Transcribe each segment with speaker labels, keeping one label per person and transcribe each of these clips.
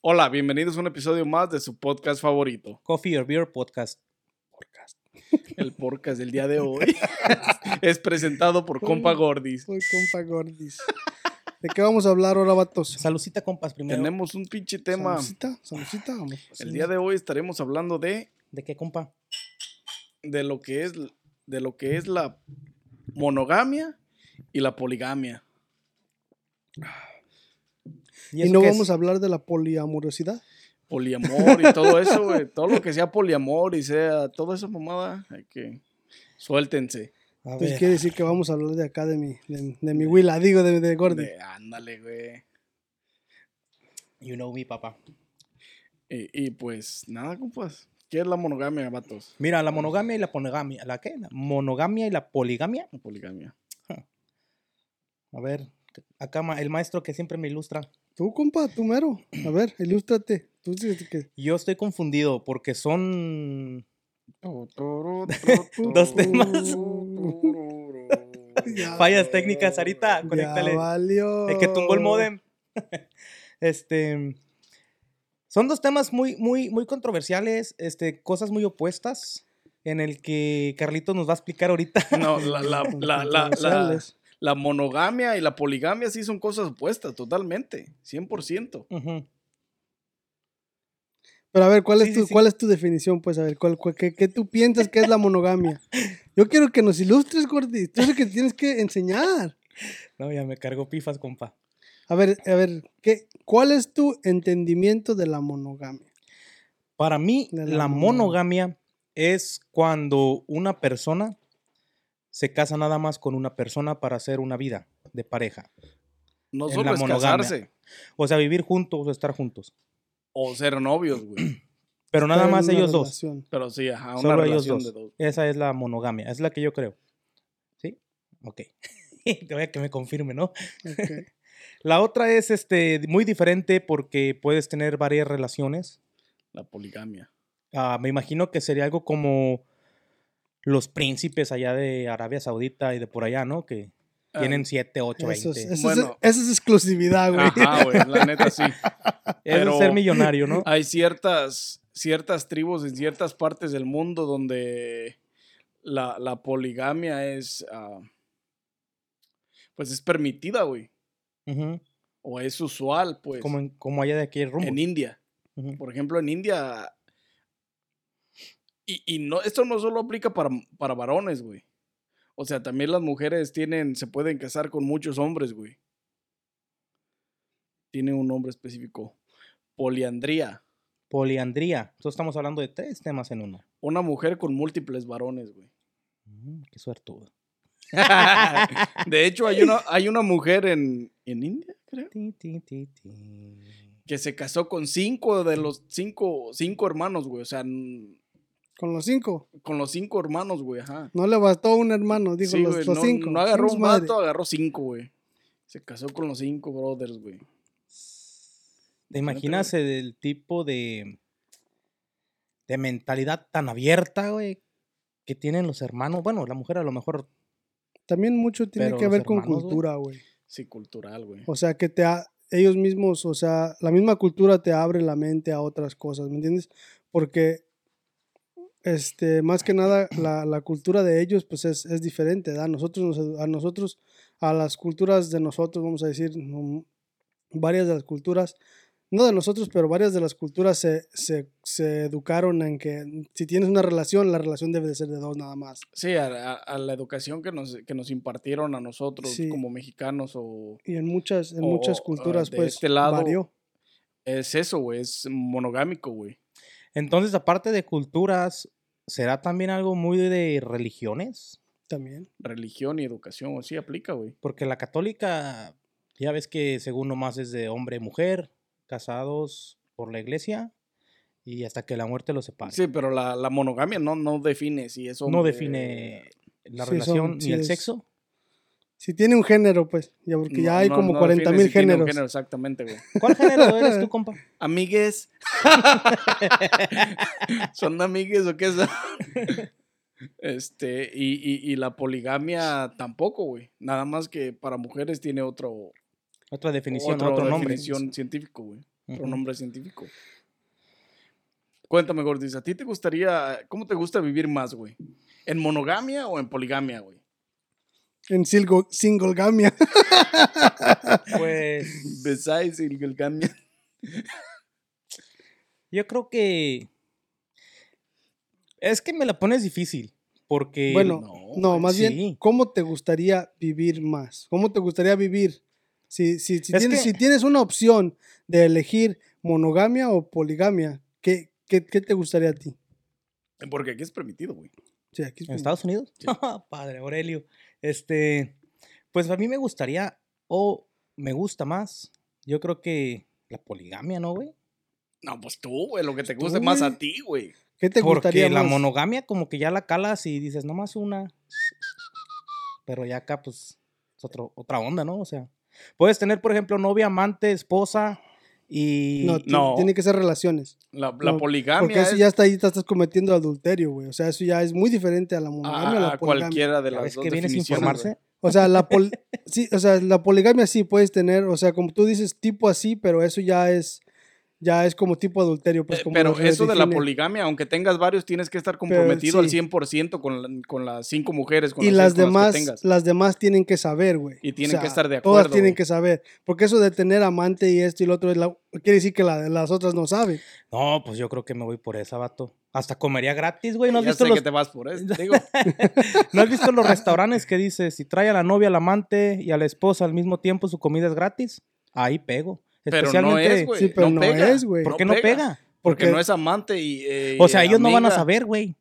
Speaker 1: Hola, bienvenidos a un episodio más de su podcast favorito,
Speaker 2: Coffee or Beer Podcast.
Speaker 1: el podcast del día de hoy. es presentado por Compa Gordis.
Speaker 3: Soy compa Gordis. ¿De qué vamos a hablar ahora, vatos?
Speaker 2: Salucita, compas, primero.
Speaker 1: Tenemos un pinche tema.
Speaker 3: ¿Salucita? ¿Salucita? Vamos. pues,
Speaker 1: El día de hoy estaremos hablando de,
Speaker 2: ¿De qué, compa?
Speaker 1: de lo que es de lo que es la monogamia y la poligamia.
Speaker 3: ¿Y,
Speaker 2: eso
Speaker 3: no
Speaker 2: qué
Speaker 3: vamos
Speaker 2: es?
Speaker 3: a hablar de la poliamorosidad?
Speaker 1: Poliamor y todo eso, güey. Todo lo que sea poliamor y sea toda esa mamada, hay que suéltense.
Speaker 2: a...
Speaker 3: Pues
Speaker 2: ver,
Speaker 3: quiere decir que vamos a hablar de acá, de mi, de, de mi Willa, digo, de, de Gordy.
Speaker 1: De, ándale, güey.
Speaker 2: You know me, papá.
Speaker 1: Y, y pues nada, compas. ¿Qué es la monogamia, vatos?
Speaker 2: Mira, la monogamia y la poligamia. ¿La qué? La monogamia y la poligamia.
Speaker 1: La poligamia.
Speaker 2: A ver, acá ma- el maestro que siempre me ilustra.
Speaker 3: Tú, compa, tú mero. A ver, ilústrate. Tú dices que...
Speaker 2: Yo estoy confundido porque son...
Speaker 1: Dos
Speaker 2: temas.
Speaker 3: Ya,
Speaker 2: Fallas técnicas, Sarita, Ah, conéctale.
Speaker 3: Ya valió.
Speaker 2: El que tumbó el modem. este. Son dos temas muy, muy, muy controversiales, este, cosas muy opuestas, en el que Carlitos nos va a explicar ahorita.
Speaker 1: No, la, la, la, la, la,
Speaker 3: Controversiales.
Speaker 1: la monogamia y la poligamia sí son cosas opuestas, totalmente. 100%.
Speaker 2: Ujú.
Speaker 3: Pero a ver, ¿cuál,
Speaker 2: Sí,
Speaker 3: es
Speaker 2: sí,
Speaker 3: tu,
Speaker 2: sí.
Speaker 3: ¿cuál es tu definición? Pues a ver, ¿cuál, cuál- qué, qué tú piensas que es la monogamia? Yo quiero que nos ilustres, Gordy. Tú es el que tienes que enseñar.
Speaker 2: No, ya me cargo pifas, compa.
Speaker 3: A ver, a ver, ¿qué, ¿cuál es tu entendimiento de la monogamia?
Speaker 2: Para mí,
Speaker 3: De la
Speaker 2: la monogamia es cuando una persona se casa nada más con una persona para hacer una vida de pareja.
Speaker 1: No
Speaker 2: En
Speaker 1: solo
Speaker 2: la
Speaker 1: es
Speaker 2: monogamia.
Speaker 1: casarse
Speaker 2: O sea, vivir juntos o estar juntos.
Speaker 1: o ser novios, güey.
Speaker 2: Pero nada
Speaker 3: Estar en
Speaker 2: más
Speaker 3: una
Speaker 2: ellos dos.
Speaker 3: relación.
Speaker 1: Pero sí, ajá, una
Speaker 2: Solo ellos
Speaker 1: relación de
Speaker 2: dos.
Speaker 1: dos.
Speaker 2: Esa es la monogamia, es la que yo creo. ¿Sí? Ok. Te voy a que me confirme, ¿no?
Speaker 3: Ok.
Speaker 2: La otra es este, muy diferente porque puedes tener varias relaciones.
Speaker 1: La poligamia.
Speaker 2: Ah, me imagino que sería algo como los príncipes allá de Arabia Saudita y de por allá, ¿no? Que
Speaker 1: Ah,
Speaker 2: tienen 7, 8,
Speaker 3: Eso, es,
Speaker 2: 20.
Speaker 3: eso es-
Speaker 1: Bueno.
Speaker 3: eso es exclusividad, güey.
Speaker 1: Ah, Ajá, güey, la neta sí.
Speaker 2: Eso
Speaker 1: pero- Ah,
Speaker 2: es ser millonario, ¿no?
Speaker 1: Hay ciertas, ciertas tribus en ciertas partes del mundo donde la, la poligamia es. ah, pues es permitida, güey.
Speaker 2: Ujú,
Speaker 1: O es usual, pues.
Speaker 2: como, en- como allá de aquí el rumbo.
Speaker 1: en India.
Speaker 2: Ujú.
Speaker 1: Por ejemplo, en India. Y, y no, esto no solo aplica para, para varones, güey. O sea, también las mujeres tienen, se pueden casar con muchos hombres, güey. Tiene un nombre específico. Poliandría.
Speaker 2: Poliandría. Entonces estamos hablando de tres temas en uno.
Speaker 1: Una mujer con múltiples varones, güey.
Speaker 2: Mm, qué suertudo.
Speaker 1: De hecho, hay una, hay una mujer en, en India, creo,
Speaker 2: Ti, ti, ti, ti.
Speaker 1: que se casó con cinco de los cinco, cinco hermanos, güey. O sea, n-
Speaker 3: Con los cinco.
Speaker 1: con los cinco hermanos, güey, ajá.
Speaker 3: No le bastó un hermano, dijo
Speaker 1: Sí,
Speaker 3: los,
Speaker 1: güey,
Speaker 3: los
Speaker 1: no,
Speaker 3: cinco.
Speaker 1: No agarró
Speaker 3: Chingue su
Speaker 1: un
Speaker 3: madre.
Speaker 1: vato, agarró cinco, güey. Se casó con los cinco brothers, güey.
Speaker 2: ¿Te imaginas el tipo de, de mentalidad tan abierta, güey, que tienen los hermanos? Bueno, la mujer a lo mejor,
Speaker 3: También mucho tiene
Speaker 2: Pero
Speaker 3: que
Speaker 2: los
Speaker 3: ver con
Speaker 2: hermanos, güey.
Speaker 3: cultura, güey.
Speaker 1: Sí, cultural, güey.
Speaker 3: O sea, que te ha- ellos mismos, o sea, la misma cultura te abre la mente a otras cosas, ¿me entiendes? Porque, este, más que nada, la, la cultura de ellos, pues, es, es diferente, ¿da? Nosotros, nos edu- a nosotros, a las culturas de nosotros, vamos a decir, no, varias de las culturas, no de nosotros, pero varias de las culturas se, se, se educaron en que si tienes una relación, la relación debe de ser de dos nada más.
Speaker 1: Sí, a, a- a la educación que nos, que nos impartieron a nosotros
Speaker 3: Sí.
Speaker 1: como mexicanos o...
Speaker 3: Y en muchas, en
Speaker 1: O-
Speaker 3: muchas
Speaker 1: o, ah,
Speaker 3: culturas,
Speaker 1: de
Speaker 3: pues,
Speaker 1: este lado,
Speaker 3: varió.
Speaker 1: Es eso, güey, es monogámico, güey.
Speaker 2: entonces aparte de culturas, ¿será también algo muy de religiones?
Speaker 3: También.
Speaker 1: Religión y educación, sí aplica, güey.
Speaker 2: Porque la católica, ya ves que según nomás es de hombre y mujer, casados por la iglesia y hasta que la muerte los separe.
Speaker 1: Sí, pero la, la monogamia no, no define si eso...
Speaker 2: no define la
Speaker 3: Sí, son-
Speaker 2: relación ni
Speaker 3: sí
Speaker 2: el
Speaker 3: es-
Speaker 2: sexo.
Speaker 3: Si tiene un género, pues, ya porque ya hay como 40 mil géneros.
Speaker 1: exactamente, güey.
Speaker 2: ¿Cuál género eres tú, compa?
Speaker 1: Amigues. ¿Son amigues o qué son? Este, y, y- y la poligamia tampoco, güey. Nada más que para mujeres tiene otro,
Speaker 2: Otra definición,
Speaker 1: otro
Speaker 2: otro nombre.
Speaker 1: definición científico, güey. pero nombre científico. Cuéntame, Gordis, ¿a ti te gustaría, cómo te gusta vivir más, güey? ¿En monogamia o en poligamia, güey?
Speaker 3: En silgo- singlegamia.
Speaker 2: Pues
Speaker 1: Besides singlegamia.
Speaker 2: yo creo que... Es que me la pones difícil, porque...
Speaker 3: Bueno,
Speaker 1: no,
Speaker 3: no, más bien,
Speaker 2: sí.
Speaker 3: ¿cómo te gustaría vivir más? ¿Cómo te gustaría vivir? Si, si, si
Speaker 2: Es
Speaker 3: tienes,
Speaker 2: que-
Speaker 3: si tienes una opción de elegir monogamia o poligamia, ¿qué, qué, qué te gustaría a ti?
Speaker 1: Porque aquí es permitido, güey.
Speaker 3: Sí, aquí es
Speaker 2: ¿En Estados Unidos? Ah, Padre Aurelio. Este, pues a mí me gustaría, o me gusta más, yo creo que la poligamia, ¿no, güey?
Speaker 1: No, pues tú, güey, lo que te
Speaker 3: Tú,
Speaker 1: guste más
Speaker 3: güey.
Speaker 1: a ti, güey.
Speaker 3: ¿Qué te
Speaker 2: Porque
Speaker 3: gustaría
Speaker 2: la
Speaker 3: más?
Speaker 2: monogamia como que ya la calas y dices, nomás una. Pero ya acá, pues, es otro, otra onda, ¿no? O sea, puedes tener, por ejemplo, novia, amante, esposa y...
Speaker 3: No, ti-
Speaker 1: No.
Speaker 3: tiene que ser relaciones.
Speaker 1: La, la
Speaker 3: No,
Speaker 1: poligamia
Speaker 3: Porque eso
Speaker 1: es
Speaker 3: ya está ahí, te estás cometiendo adulterio, güey. O sea, eso ya es muy diferente a la monogamia. o
Speaker 1: a,
Speaker 3: la
Speaker 1: a
Speaker 3: poligamia.
Speaker 1: cualquiera de
Speaker 2: ya
Speaker 1: las
Speaker 2: ves
Speaker 1: dos
Speaker 2: que vienes a
Speaker 1: definiciones,
Speaker 2: informarse.
Speaker 3: O sea, la pol- sí, o sea, la poligamia sí puedes tener, o sea, como tú dices, tipo así, pero eso ya es, ya es como tipo adulterio, pues
Speaker 1: Eh,
Speaker 3: como
Speaker 1: pero
Speaker 3: lo
Speaker 1: eso de la
Speaker 3: define.
Speaker 1: poligamia, aunque tengas varios, tienes que estar
Speaker 3: Pero
Speaker 1: comprometido
Speaker 3: sí.
Speaker 1: al 100% con, la- con las cinco mujeres. Con
Speaker 3: y
Speaker 1: las, seis
Speaker 3: las
Speaker 1: con las
Speaker 3: demás,
Speaker 1: que
Speaker 3: las,
Speaker 1: tengas.
Speaker 3: demás tienen que saber, güey.
Speaker 1: Y tienen que estar de
Speaker 3: Todas
Speaker 1: acuerdo,
Speaker 3: tienen
Speaker 1: güey.
Speaker 3: que saber, porque eso de tener amante y esto y lo otro es la- quiere decir que la- las otras no saben.
Speaker 2: No, pues yo creo que me voy por esa, vato. Hasta comería gratis, güey. ¿No has
Speaker 1: ya
Speaker 2: visto
Speaker 1: sé
Speaker 2: los
Speaker 1: que te vas por eso. Digo,
Speaker 2: ¿No has visto los restaurantes que dice si trae a la novia, al amante y a la esposa al mismo tiempo su comida es gratis? Ahí pego.
Speaker 1: pero no es, güey.
Speaker 3: sí, pero no
Speaker 1: pega.
Speaker 3: es, güey.
Speaker 2: ¿Por qué no pega?
Speaker 1: Porque
Speaker 3: Porque-
Speaker 1: no es amante y. eh,
Speaker 2: O sea, ellos no van a
Speaker 1: amiga.
Speaker 2: saber, güey.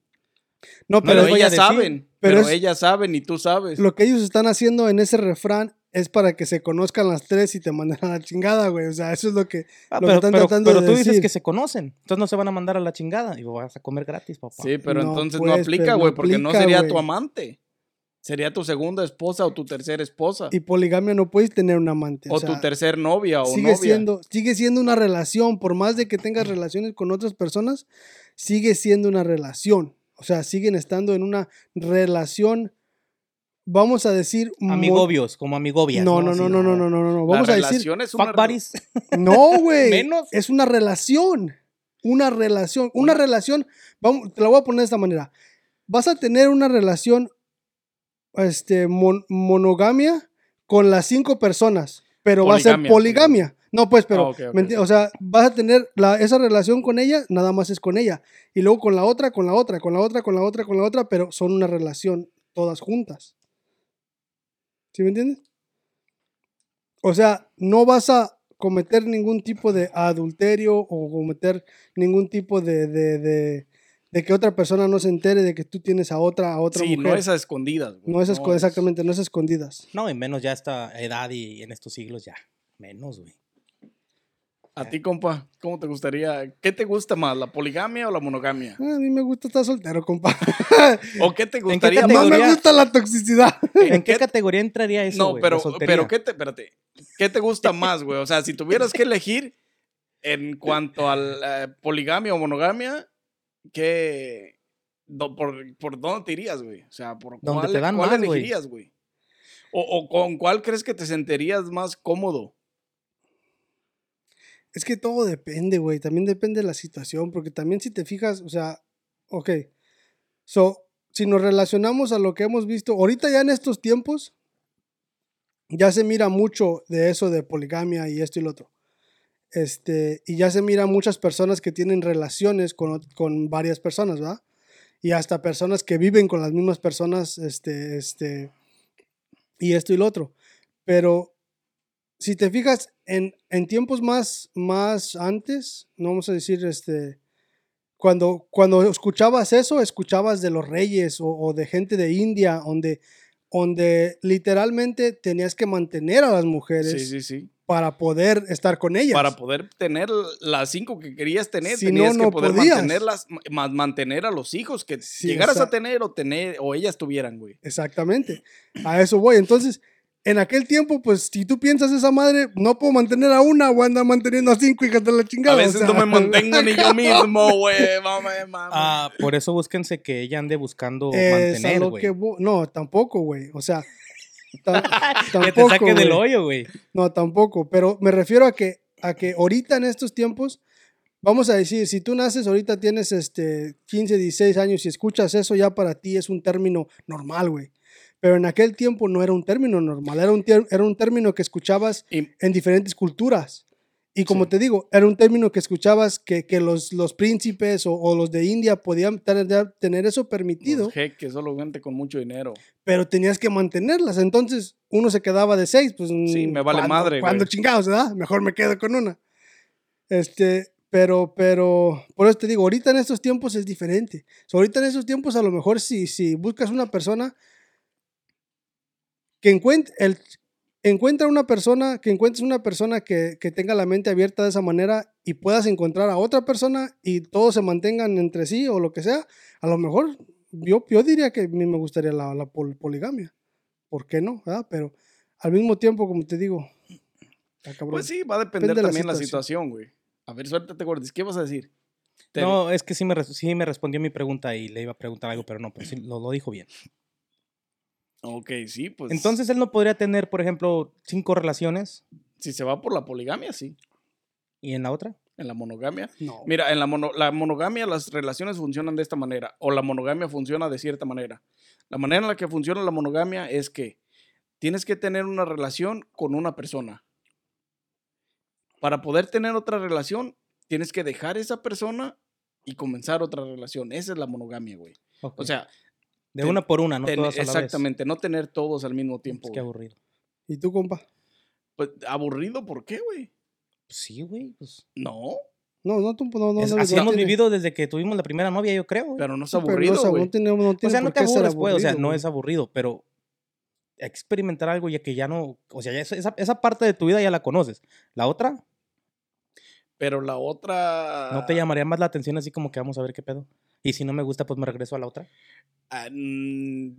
Speaker 3: No,
Speaker 1: Pero,
Speaker 2: les
Speaker 3: pero
Speaker 2: voy a
Speaker 1: ellas
Speaker 2: decir,
Speaker 1: saben.
Speaker 3: pero
Speaker 1: Pero,
Speaker 3: es-
Speaker 1: ellas saben y tú sabes.
Speaker 3: lo que ellos están haciendo en ese refrán es para que se conozcan las tres y te manden a la chingada, güey. O sea, eso es lo que
Speaker 2: Ah,
Speaker 3: Lo que
Speaker 2: pero
Speaker 3: están
Speaker 2: pero-
Speaker 3: tratando
Speaker 2: pero
Speaker 3: de
Speaker 2: tú dices
Speaker 3: decir.
Speaker 2: que se conocen. Entonces no se van a mandar a la chingada. Y vas a comer gratis, papá.
Speaker 1: Sí, pero
Speaker 3: No,
Speaker 1: entonces no
Speaker 3: pues,
Speaker 1: aplica,
Speaker 3: pero no
Speaker 1: güey, porque no
Speaker 3: aplica,
Speaker 1: sería
Speaker 3: güey.
Speaker 1: tu amante. Sería tu segunda esposa o tu tercera esposa.
Speaker 3: y poligamia no puedes tener un amante.
Speaker 1: o
Speaker 3: sea,
Speaker 1: tu tercer novia o
Speaker 3: sigue
Speaker 1: novia.
Speaker 3: siendo sigue siendo una relación por más de que tengas relaciones con otras personas sigue siendo una relación o sea siguen estando en una relación vamos a decir mo-
Speaker 2: Amigobios, como amigobias.
Speaker 3: no no
Speaker 2: Así,
Speaker 3: no no no no no no no
Speaker 1: La
Speaker 3: vamos a decir
Speaker 1: relación es una
Speaker 2: Fuck
Speaker 1: rela-
Speaker 2: buddies.
Speaker 3: no güey
Speaker 2: Menos.
Speaker 3: es una relación una relación una relación vamos te la voy a poner de esta manera vas a tener una relación este mon- monogamia con las cinco personas pero va a ser
Speaker 1: Poligamia,
Speaker 3: poligamia no pues pero
Speaker 1: Ah, ok, ok,
Speaker 3: ¿me enti-
Speaker 1: ok.
Speaker 3: o sea vas a tener la- esa relación con ella nada más es con ella y luego con la otra con la otra con la otra con la otra con la otra pero son una relación todas juntas ¿sí me entiendes? O sea no vas a cometer ningún tipo de adulterio o cometer ningún tipo de, de, de- de que otra persona no se entere de que tú tienes a otra a otra
Speaker 1: Sí,
Speaker 3: mujer
Speaker 1: no es a escondidas, güey.
Speaker 3: no es esco- exactamente, no es escondidas.
Speaker 2: No, y menos ya a esta edad y en estos siglos ya. Menos, güey.
Speaker 1: A ti, compa, ¿cómo te gustaría? ¿Qué te gusta más, la poligamia o la monogamia?
Speaker 3: Ah, A mí me gusta estar soltero, compa.
Speaker 1: ¿O qué te gustaría?
Speaker 3: No
Speaker 1: más?
Speaker 3: me
Speaker 2: categoría?
Speaker 3: gusta la toxicidad.
Speaker 1: ¿En
Speaker 2: ¿En qué
Speaker 1: qué-
Speaker 2: categoría entraría eso,
Speaker 1: No,
Speaker 2: güey? La
Speaker 1: pero,
Speaker 2: soltería.
Speaker 1: pero ¿qué te, espérate, ¿qué te gusta más, güey? O sea, si tuvieras que elegir en cuanto a la poligamia o monogamia, ¿qué, do- por, por dónde te irías, güey? O sea, ¿por
Speaker 2: Donde
Speaker 1: cuál,
Speaker 2: te dan
Speaker 1: cuál
Speaker 2: más, güey.
Speaker 1: elegirías, güey? O, o con cuál crees que te sentirías más cómodo?
Speaker 3: Es que todo depende, güey. También depende de la situación, porque también si te fijas, o sea, ok. So, si nos relacionamos a lo que hemos visto, ahorita ya en estos tiempos, ya se mira mucho de eso de poligamia y esto y lo otro. Este, y ya se mira muchas personas que tienen relaciones con, ot- con varias personas, ¿verdad? Y hasta personas que viven con las mismas personas, este, este, y esto y lo otro. Pero si te fijas en, en tiempos más, más antes, no vamos a decir, este, cuando, cuando escuchabas eso, escuchabas de los reyes o, o de gente de India, donde, donde literalmente tenías que mantener a las mujeres
Speaker 1: Sí, sí, sí.
Speaker 3: para poder estar con ellas.
Speaker 1: Para poder tener las cinco que querías tener,
Speaker 3: Si no,
Speaker 1: tenías
Speaker 3: no
Speaker 1: que poder
Speaker 3: podías.
Speaker 1: mantenerlas, ma- mantener a los hijos que
Speaker 3: Sí,
Speaker 1: llegaras
Speaker 3: esa-
Speaker 1: a tener o tener o ellas tuvieran, güey.
Speaker 3: Exactamente. A eso voy. Entonces, en aquel tiempo, pues, si tú piensas esa madre, no puedo mantener a una, voy a andar manteniendo a cinco hijas de la
Speaker 1: A
Speaker 3: chingada.
Speaker 1: veces
Speaker 3: o sea,
Speaker 1: no me mantengo ni yo mismo, güey. Mame, mame.
Speaker 2: Ah, por eso búsquense que ella ande buscando
Speaker 3: es a
Speaker 2: mantener,
Speaker 3: lo
Speaker 2: güey.
Speaker 3: que vo- no, tampoco, güey. O sea, ta-
Speaker 2: Que te
Speaker 3: tampoco.
Speaker 2: saque del
Speaker 3: güey.
Speaker 2: hoyo, güey.
Speaker 3: No, tampoco. Pero me refiero a que a que ahorita en estos tiempos, vamos a decir, si tú naces ahorita tienes este 15, 16 años y escuchas eso, ya para ti es un término normal, güey. Pero en aquel tiempo no era un término normal, era un, tier- era un término que escuchabas
Speaker 1: Y-
Speaker 3: en diferentes culturas. Y como
Speaker 1: Sí.
Speaker 3: te digo, era un término que escuchabas que, que los, los príncipes o, o los de India podían tener, tener eso permitido
Speaker 1: Los jeques, pues, solo gente con mucho dinero.
Speaker 3: pero tenías que mantenerlas. Entonces, uno se quedaba de seis, pues.
Speaker 1: Sí,
Speaker 3: mm,
Speaker 1: me vale
Speaker 3: ¿cuándo-
Speaker 1: madre, güey.
Speaker 3: ¿Cuándo chingados, verdad? Mejor me quedo con una. Este, pero, pero, por eso te digo, ahorita en estos tiempos es diferente. So, ahorita en estos tiempos, a lo mejor, si, si buscas una persona que encuentre, el, encuentra una persona, que encuentres una persona que, que tenga la mente abierta de esa manera y puedas encontrar a otra persona y todos se mantengan entre sí o lo que sea, a lo mejor yo, yo diría que a mí me gustaría la, la pol- poligamia. ¿Por qué no? verdad? Pero al mismo tiempo, como te digo, está cabrón.
Speaker 1: Pues sí, va a depender
Speaker 3: Depende de la
Speaker 1: también la
Speaker 3: situación.
Speaker 1: situación, güey. A ver, suéltate, gordis. ¿Qué vas a decir? Te-
Speaker 2: No, es que sí me, res- sí me respondió mi pregunta y le iba a preguntar algo, pero no, pero sí lo, lo dijo bien.
Speaker 1: Ok, sí, pues.
Speaker 2: Entonces él no podría tener, por ejemplo, cinco relaciones
Speaker 1: Si se va por la poligamia, sí.
Speaker 2: y en la otra.
Speaker 1: En la monogamia.
Speaker 3: No.
Speaker 1: Mira, en la, mono- la monogamia las relaciones funcionan de esta manera, o la monogamia funciona de cierta manera. La manera en la que funciona la monogamia es que tienes que tener una relación con una persona. Para poder tener otra relación, tienes que dejar esa persona y comenzar otra relación. Esa es la monogamia, güey. O
Speaker 2: Ok.
Speaker 1: sea,
Speaker 2: de
Speaker 1: ten-
Speaker 2: una por una, no
Speaker 1: ten-
Speaker 2: todas a la vez.
Speaker 1: exactamente, no tener todos al mismo tiempo.
Speaker 2: Es que
Speaker 1: güey.
Speaker 2: aburrido.
Speaker 3: ¿Y tú, compa?
Speaker 1: Pues, aburrido, ¿por qué, güey?
Speaker 2: Sí, güey. pues,
Speaker 1: No,
Speaker 3: No, no, tú, no, no,
Speaker 2: es-
Speaker 3: no,
Speaker 2: así
Speaker 3: no
Speaker 2: hemos
Speaker 3: tiene-
Speaker 2: vivido desde que tuvimos la primera novia, yo creo. güey.
Speaker 1: pero no es
Speaker 3: pero no es
Speaker 1: aburrido,
Speaker 3: abu-
Speaker 1: güey.
Speaker 3: no tiene- no
Speaker 2: o
Speaker 3: tiene
Speaker 2: sea, no
Speaker 3: por
Speaker 2: te
Speaker 3: qué ser
Speaker 2: aburres, pues. O sea,
Speaker 3: aburrido,
Speaker 2: no
Speaker 3: güey.
Speaker 2: es aburrido, pero experimentar algo ya que ya no. O sea, ya esa- esa, esa parte de tu vida ya la conoces. La otra,
Speaker 1: Pero la otra...
Speaker 2: no te llamaría más la atención, así como que vamos a ver qué pedo. Y si no me gusta, pues me regreso a la otra.
Speaker 1: Ah, mm,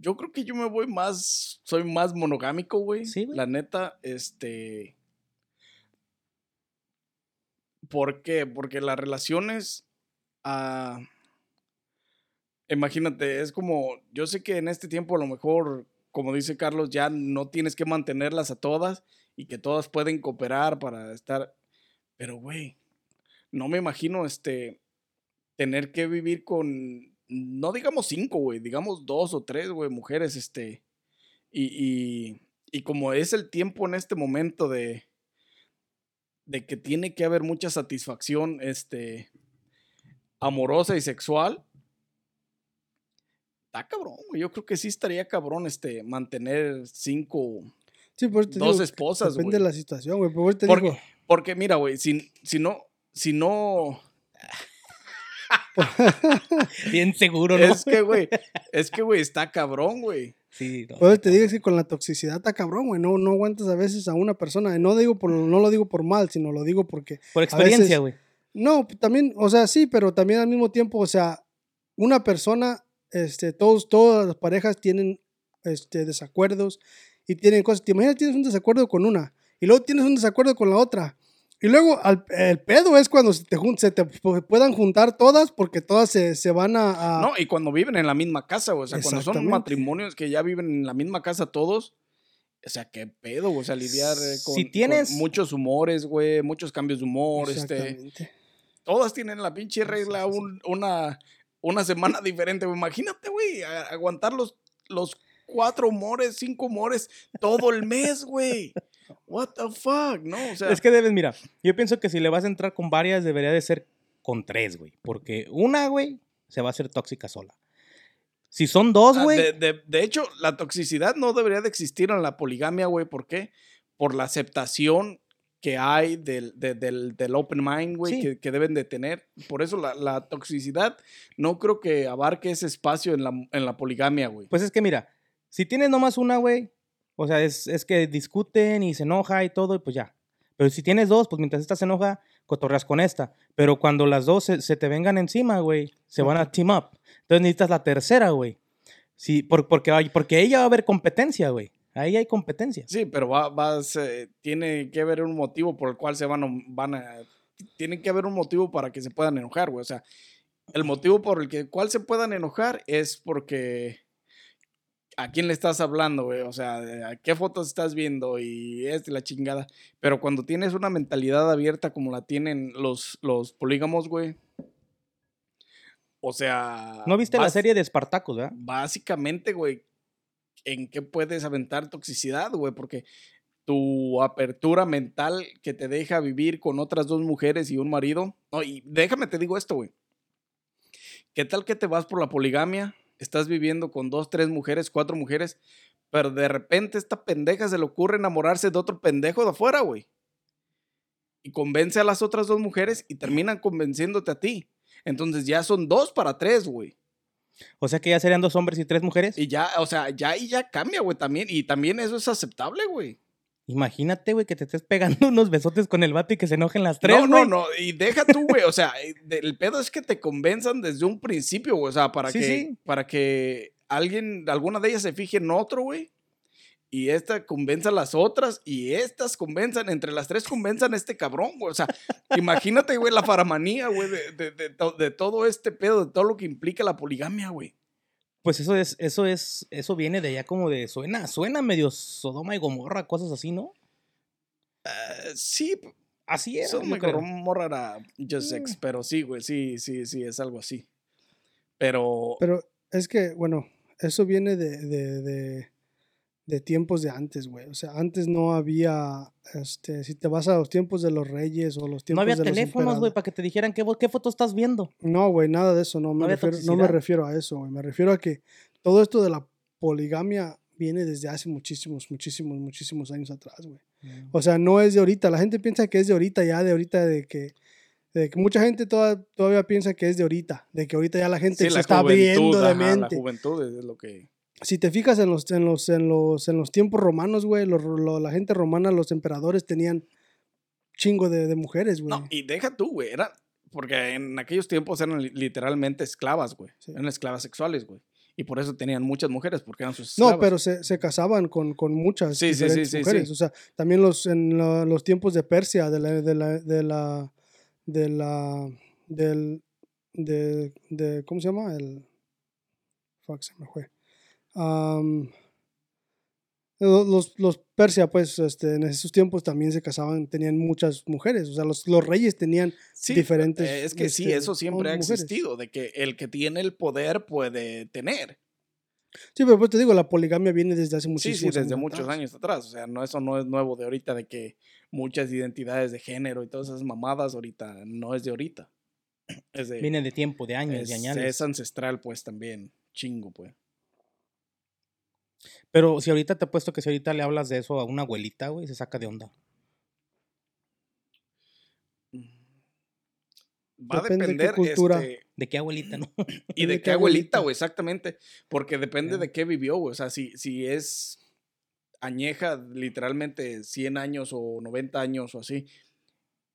Speaker 1: yo creo que yo me voy más, soy más monogámico, güey.
Speaker 2: Sí, güey.
Speaker 1: La neta, este... ¿Por qué? Porque las relaciones... ah, imagínate, es como, yo sé que en este tiempo a lo mejor, como dice Carlos, ya no tienes que mantenerlas a todas y que todas pueden cooperar para estar... Pero, güey, no me imagino, este, tener que vivir con, no digamos cinco, güey, digamos dos o tres, güey, mujeres, este, y, y, y como es el tiempo en este momento de, de que tiene que haber mucha satisfacción, este, amorosa y sexual, está cabrón, güey, yo creo que sí estaría cabrón, este, mantener cinco,
Speaker 3: Sí, por eso te
Speaker 1: dos
Speaker 3: digo,
Speaker 1: esposas, güey.
Speaker 3: Depende de la situación, güey. Por eso te
Speaker 1: Porque-
Speaker 3: digo,
Speaker 1: Porque mira, güey, si, si no, si no...
Speaker 2: Bien seguro, ¿no?
Speaker 1: Es que, güey, es que, güey, está cabrón, güey.
Speaker 2: Sí, no,
Speaker 3: Por eso
Speaker 2: está
Speaker 3: te digo
Speaker 2: cabrón.
Speaker 3: es que con la toxicidad está cabrón, güey. No, no aguantas a veces a una persona. Y No, digo por, no lo digo por mal, sino lo digo porque
Speaker 2: Por
Speaker 3: veces-
Speaker 2: experiencia, güey.
Speaker 3: No, p- también, o sea, sí, pero también al mismo tiempo, o sea, una persona, este, todos, todas las parejas tienen este, desacuerdos y tienen cosas. Te imaginas, tienes un desacuerdo con una y luego tienes un desacuerdo con la otra. Y luego al- el pedo es cuando se te, jun- se te pu- puedan juntar todas porque todas se, se van a... a-
Speaker 1: No, y cuando viven en la misma casa, güey. O sea, cuando son
Speaker 3: Exactamente.
Speaker 1: matrimonios que ya viven en la misma casa todos. O sea, qué pedo, güey. O sea, lidiar eh,
Speaker 2: Si
Speaker 1: con, con
Speaker 2: tienes-
Speaker 1: muchos humores, güey. Muchos cambios de humor. Este,
Speaker 3: Exactamente.
Speaker 1: todas tienen la pinche regla
Speaker 2: sí, sí.
Speaker 1: un- una, una semana diferente, güey. Imagínate, güey, a- aguantar los, los cuatro humores, cinco humores todo el mes, güey. What the fuck, ¿no? O sea,
Speaker 2: Es que debes, mira, yo pienso que si le vas a entrar con varias, debería de ser con tres, güey. Porque una, güey, se va a hacer tóxica sola. Si son dos,
Speaker 1: Ah,
Speaker 2: güey,
Speaker 1: De, de- de hecho, la toxicidad no debería de existir en la poligamia, güey. ¿Por qué? Por la aceptación que hay del, de- del, del open mind, güey,
Speaker 2: Sí.
Speaker 1: que, que deben de tener. Por eso la, la toxicidad no creo que abarque ese espacio en la, en la poligamia, güey.
Speaker 2: pues es que mira, si tienes nomás una, güey, o sea, es, es que discuten y se enoja y todo, y pues ya. Pero si tienes dos, pues mientras esta se enoja, cotorreas con esta. Pero cuando las dos se, se te vengan encima, güey, se van a team up. Entonces necesitas la tercera, güey. Sí, por- porque, hay- porque ahí ya va a haber competencia, güey. Ahí hay competencia.
Speaker 1: Sí, pero va, va- se- tiene que haber un motivo por el cual se van, a- van a... Tiene que haber un motivo para que se puedan enojar, güey. O sea, el motivo por el que, cual se puedan enojar es porque a quién le estás hablando, güey, o sea, de a qué fotos estás viendo y este, la chingada. Pero cuando tienes una mentalidad abierta como la tienen los, los polígamos, güey, o sea...
Speaker 2: ¿No viste la
Speaker 1: bas-
Speaker 2: serie de Espartacos, verdad?
Speaker 1: Básicamente, güey, ¿en qué puedes aventar toxicidad, güey? Porque tu apertura mental que te deja vivir con otras dos mujeres y un marido. No, y déjame te digo esto, güey. ¿Qué tal que te vas por la poligamia? Estás viviendo con dos, tres mujeres, cuatro mujeres, pero de repente esta pendeja se le ocurre enamorarse de otro pendejo de afuera, güey. Y convence a las otras dos mujeres y terminan convenciéndote a ti. Entonces ya son dos para tres, güey.
Speaker 2: O sea que ya serían dos hombres y tres mujeres.
Speaker 1: Y ya, o sea, ya y ya cambia, güey, también. Y también eso es aceptable, güey.
Speaker 2: Imagínate, güey, que te estés pegando unos besotes con el vato y que se enojen las tres.
Speaker 1: No, no,
Speaker 2: güey.
Speaker 1: no. Y deja tú, güey. O sea, eh, de- el pedo es que te convenzan desde un principio, güey. O sea, para
Speaker 2: Sí,
Speaker 1: que,
Speaker 2: sí.
Speaker 1: para que alguien, alguna de ellas se fije en otro, güey. Y esta convenza a las otras y estas convenzan, entre las tres convenzan a este cabrón, güey. O sea, imagínate, güey, la faramanía, güey, de, de- de to- de todo este pedo, de todo lo que implica la poligamia, güey.
Speaker 2: Pues eso es, eso es, eso viene de allá como de suena, suena medio Sodoma y Gomorra, cosas así, ¿no? Ah,
Speaker 1: Eh, sí,
Speaker 2: Así es.
Speaker 1: Eso me Gomorra era Just Sex,
Speaker 3: Mm.
Speaker 1: pero sí, güey, sí, sí, sí, es algo así. Pero,
Speaker 3: Pero es que, bueno, eso viene de, de, de- de tiempos de antes, güey. O sea, antes no había, este, si te vas a los tiempos de los reyes o
Speaker 2: No
Speaker 3: los tiempos
Speaker 2: había
Speaker 3: de los
Speaker 2: teléfonos, güey,
Speaker 3: emperadores.
Speaker 2: para que te dijeran qué, vo- qué foto estás viendo.
Speaker 3: No, güey, nada de eso. No me,
Speaker 2: había
Speaker 3: refiero, no me
Speaker 2: toxicidad.
Speaker 3: refiero a eso, güey. Me refiero a que todo esto de la poligamia viene desde hace muchísimos, muchísimos, muchísimos años atrás, güey.
Speaker 1: Mm.
Speaker 3: O sea, no es de ahorita. La gente piensa que es de ahorita, ya de ahorita, de que, de que mucha gente toda- todavía piensa que es de ahorita, de que ahorita ya la gente
Speaker 1: sí,
Speaker 3: se
Speaker 1: la
Speaker 3: está abriendo
Speaker 1: juventud,
Speaker 3: de
Speaker 1: ajá, la
Speaker 3: mente.
Speaker 1: juventud es lo que...
Speaker 3: Si te fijas en los, en los, en los, en los tiempos romanos, güey, los- lo- la gente romana, los emperadores tenían chingo de, de mujeres, güey.
Speaker 1: No, y deja tú, güey, era... Porque en aquellos tiempos eran li- literalmente esclavas, güey.
Speaker 3: Sí.
Speaker 1: Eran esclavas sexuales, güey. Y por eso tenían muchas mujeres, porque eran sus
Speaker 3: No,
Speaker 1: esclavas.
Speaker 3: pero se, se casaban con, con muchas
Speaker 1: Sí, sí, sí,
Speaker 3: diferentes
Speaker 1: sí, sí.
Speaker 3: mujeres. O sea, también los, en la- los tiempos de Persia, de la, de la, de la, de la, del, de, de- ¿cómo se llama? El, fuck, se me fue. Am, lo- los, los Persia, pues, este, en esos tiempos también se casaban, tenían muchas mujeres. O sea, los, los reyes tenían,
Speaker 1: Sí,
Speaker 3: diferentes,
Speaker 1: eh, Es que sí,
Speaker 3: este,
Speaker 1: eso siempre ha
Speaker 3: hombres, mujeres.
Speaker 1: existido, de que el que tiene el poder puede tener.
Speaker 3: sí, pero pues te digo, la poligamia viene desde hace
Speaker 1: Sí,
Speaker 3: muchísimos
Speaker 1: sí, desde
Speaker 3: atrás.
Speaker 1: muchos años atrás. O sea, no, eso no es nuevo de ahorita, de que muchas identidades de género y todas esas mamadas ahorita no es de ahorita. Es de.
Speaker 2: Viene de tiempo, de años,
Speaker 1: es,
Speaker 2: de añales.
Speaker 1: es ancestral, pues también. Chingo, pues.
Speaker 2: Pero si ahorita te he puesto que si ahorita le hablas de eso a una abuelita, güey, se saca de onda.
Speaker 1: Va
Speaker 3: Depende
Speaker 1: a
Speaker 3: de qué
Speaker 1: depender.
Speaker 3: cultura.
Speaker 1: este,
Speaker 2: ¿De qué abuelita, no?
Speaker 1: y de qué abuelita, güey, exactamente. Porque depende de qué vivió, güey. O sea, si, si es añeja literalmente 100 años o 90 años o así,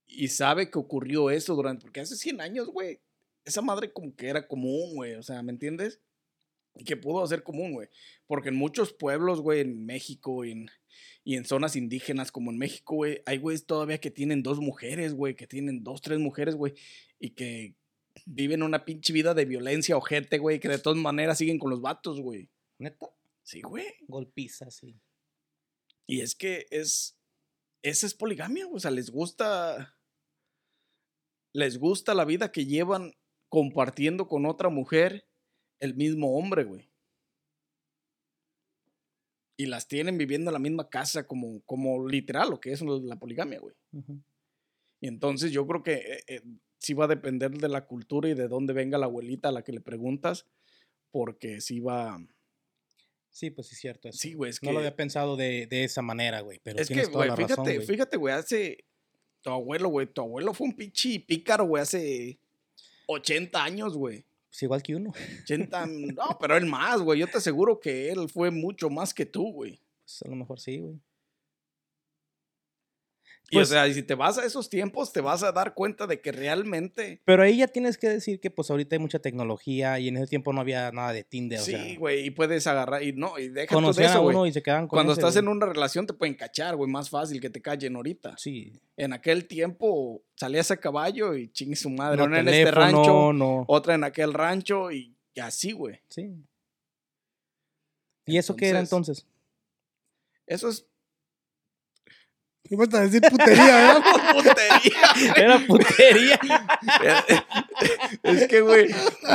Speaker 1: y sabe que ocurrió eso durante, porque hace 100 años, güey, esa madre como que era común, güey. O sea, ¿me entiendes? Y que pudo ser común, güey. Porque en muchos pueblos, güey, en México y en, y en zonas indígenas como en México, güey, hay güeyes todavía que tienen dos mujeres, güey, que tienen dos, tres mujeres, güey, y que viven una pinche vida de violencia ojete, güey, que de todas maneras siguen con los vatos, güey.
Speaker 2: Neta,
Speaker 1: Sí, güey.
Speaker 2: golpiza, sí.
Speaker 1: Y es que es. Esa es poligamia, güey. o sea, les gusta. Les gusta la vida que llevan compartiendo con otra mujer el mismo hombre, güey. Y las tienen viviendo en la misma casa, como, como literal, lo que es la poligamia, güey.
Speaker 2: Ujú.
Speaker 1: Y entonces yo creo que eh, eh, sí va a depender de la cultura y de dónde venga la abuelita a la que le preguntas, porque sí va...
Speaker 2: Sí, pues sí, cierto. eso.
Speaker 1: Sí, güey, es que...
Speaker 2: no lo había pensado de, de esa manera, güey, pero
Speaker 1: es que,
Speaker 2: tienes toda
Speaker 1: güey,
Speaker 2: la
Speaker 1: fíjate,
Speaker 2: razón, güey.
Speaker 1: fíjate, güey, hace... Tu abuelo, güey, tu abuelo fue un pinche pícaro, güey, hace 80 años, güey.
Speaker 2: Pues igual que uno.
Speaker 1: 80... no, pero él más, güey. Yo te aseguro que él fue mucho más que tú, güey.
Speaker 2: Pues a lo mejor sí, güey.
Speaker 1: Y
Speaker 2: Pues-
Speaker 1: o sea, y si te vas a esos tiempos, te vas a dar cuenta de que realmente...
Speaker 2: Pero ahí ya tienes que decir que pues ahorita hay mucha tecnología y en ese tiempo no había nada de Tinder, o
Speaker 1: Sí,
Speaker 2: sea,
Speaker 1: güey, y puedes agarrar... Y no, y deja tú de
Speaker 2: conocían a
Speaker 1: eso, güey.
Speaker 2: uno y se quedaban con
Speaker 1: Cuando
Speaker 2: ese,
Speaker 1: estás
Speaker 2: güey.
Speaker 1: en una relación te pueden cachar, güey, más fácil que te callen ahorita.
Speaker 2: Sí.
Speaker 1: En aquel tiempo salías a caballo y chingue su madre,
Speaker 2: no
Speaker 1: una en este
Speaker 2: teléfono,
Speaker 1: rancho,
Speaker 2: no.
Speaker 1: otra en aquel rancho y así, güey.
Speaker 2: Sí. ¿Y eso qué era entonces?
Speaker 1: Eso es
Speaker 3: Me falta decir putería, ¿verdad?
Speaker 1: putería.
Speaker 2: Era putería.
Speaker 1: es que, güey,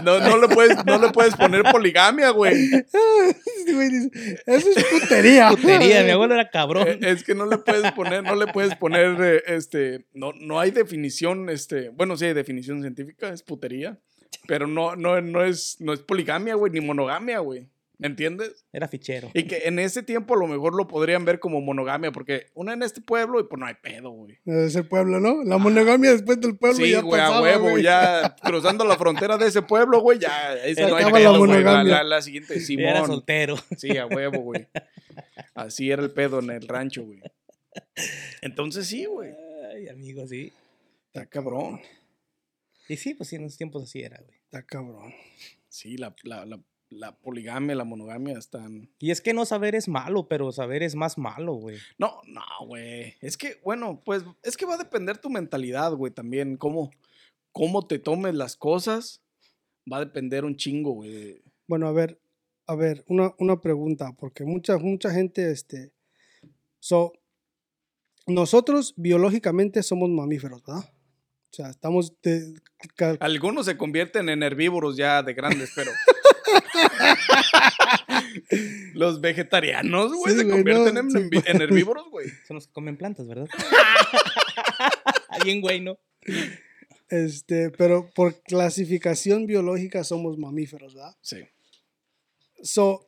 Speaker 1: no, no, le puedes, no le puedes poner poligamia, güey.
Speaker 3: Este güey dice, Eso es putería.
Speaker 2: putería, mi abuelo era cabrón.
Speaker 1: Eh, Es que no le puedes poner, no le puedes poner, eh, este, no, no hay definición, este, bueno, sí hay definición científica, es putería, pero no, no, no es, no es poligamia, güey, ni monogamia, güey. ¿Me entiendes?
Speaker 2: Era fichero.
Speaker 1: Y que en ese tiempo a lo mejor lo podrían ver como monogamia, porque una en este pueblo y pues no hay pedo, güey.
Speaker 3: Ese pueblo, ¿no? La monogamia después del pueblo
Speaker 1: Sí,
Speaker 3: ya
Speaker 1: güey,
Speaker 3: pasaba,
Speaker 1: a huevo,
Speaker 3: güey.
Speaker 1: ya cruzando la frontera de ese pueblo, güey, ya, ahí sí
Speaker 2: Se
Speaker 1: no hay
Speaker 3: acaba la
Speaker 1: pedo, güey. La,
Speaker 3: monogamia.
Speaker 1: la- la siguiente,
Speaker 2: Era
Speaker 1: Simón.
Speaker 2: soltero.
Speaker 1: Sí, a huevo, güey. Así era el pedo en el rancho, güey. Entonces sí, güey.
Speaker 2: Ay, amigo, sí.
Speaker 1: Está cabrón.
Speaker 2: Y sí, pues sí, en esos tiempos así era, güey.
Speaker 3: Está cabrón.
Speaker 1: Sí, la, la, la, la poligamia, la monogamia están.
Speaker 2: Y es que no saber es malo, pero saber es más malo, güey.
Speaker 1: No, no, güey. Es que, bueno, pues es que va a depender tu mentalidad, güey, también. Cómo, cómo te tomes las cosas va a depender un chingo, güey.
Speaker 3: Bueno, a ver, a ver, una, una pregunta, porque mucha, mucha gente, este, so, nosotros biológicamente somos mamíferos, ¿verdad? O sea, estamos de- ca-
Speaker 1: Algunos se convierten en herbívoros ya de grandes, pero. Los vegetarianos, güey,
Speaker 3: Sí,
Speaker 1: se
Speaker 3: güey,
Speaker 1: convierten
Speaker 3: no,
Speaker 1: en,
Speaker 3: sí,
Speaker 1: en vi- en herbívoros, güey.
Speaker 2: Son los que comen plantas, ¿verdad? Bien, güey, ¿no?
Speaker 3: este, pero por clasificación biológica somos mamíferos, ¿verdad?
Speaker 1: Sí.
Speaker 3: So,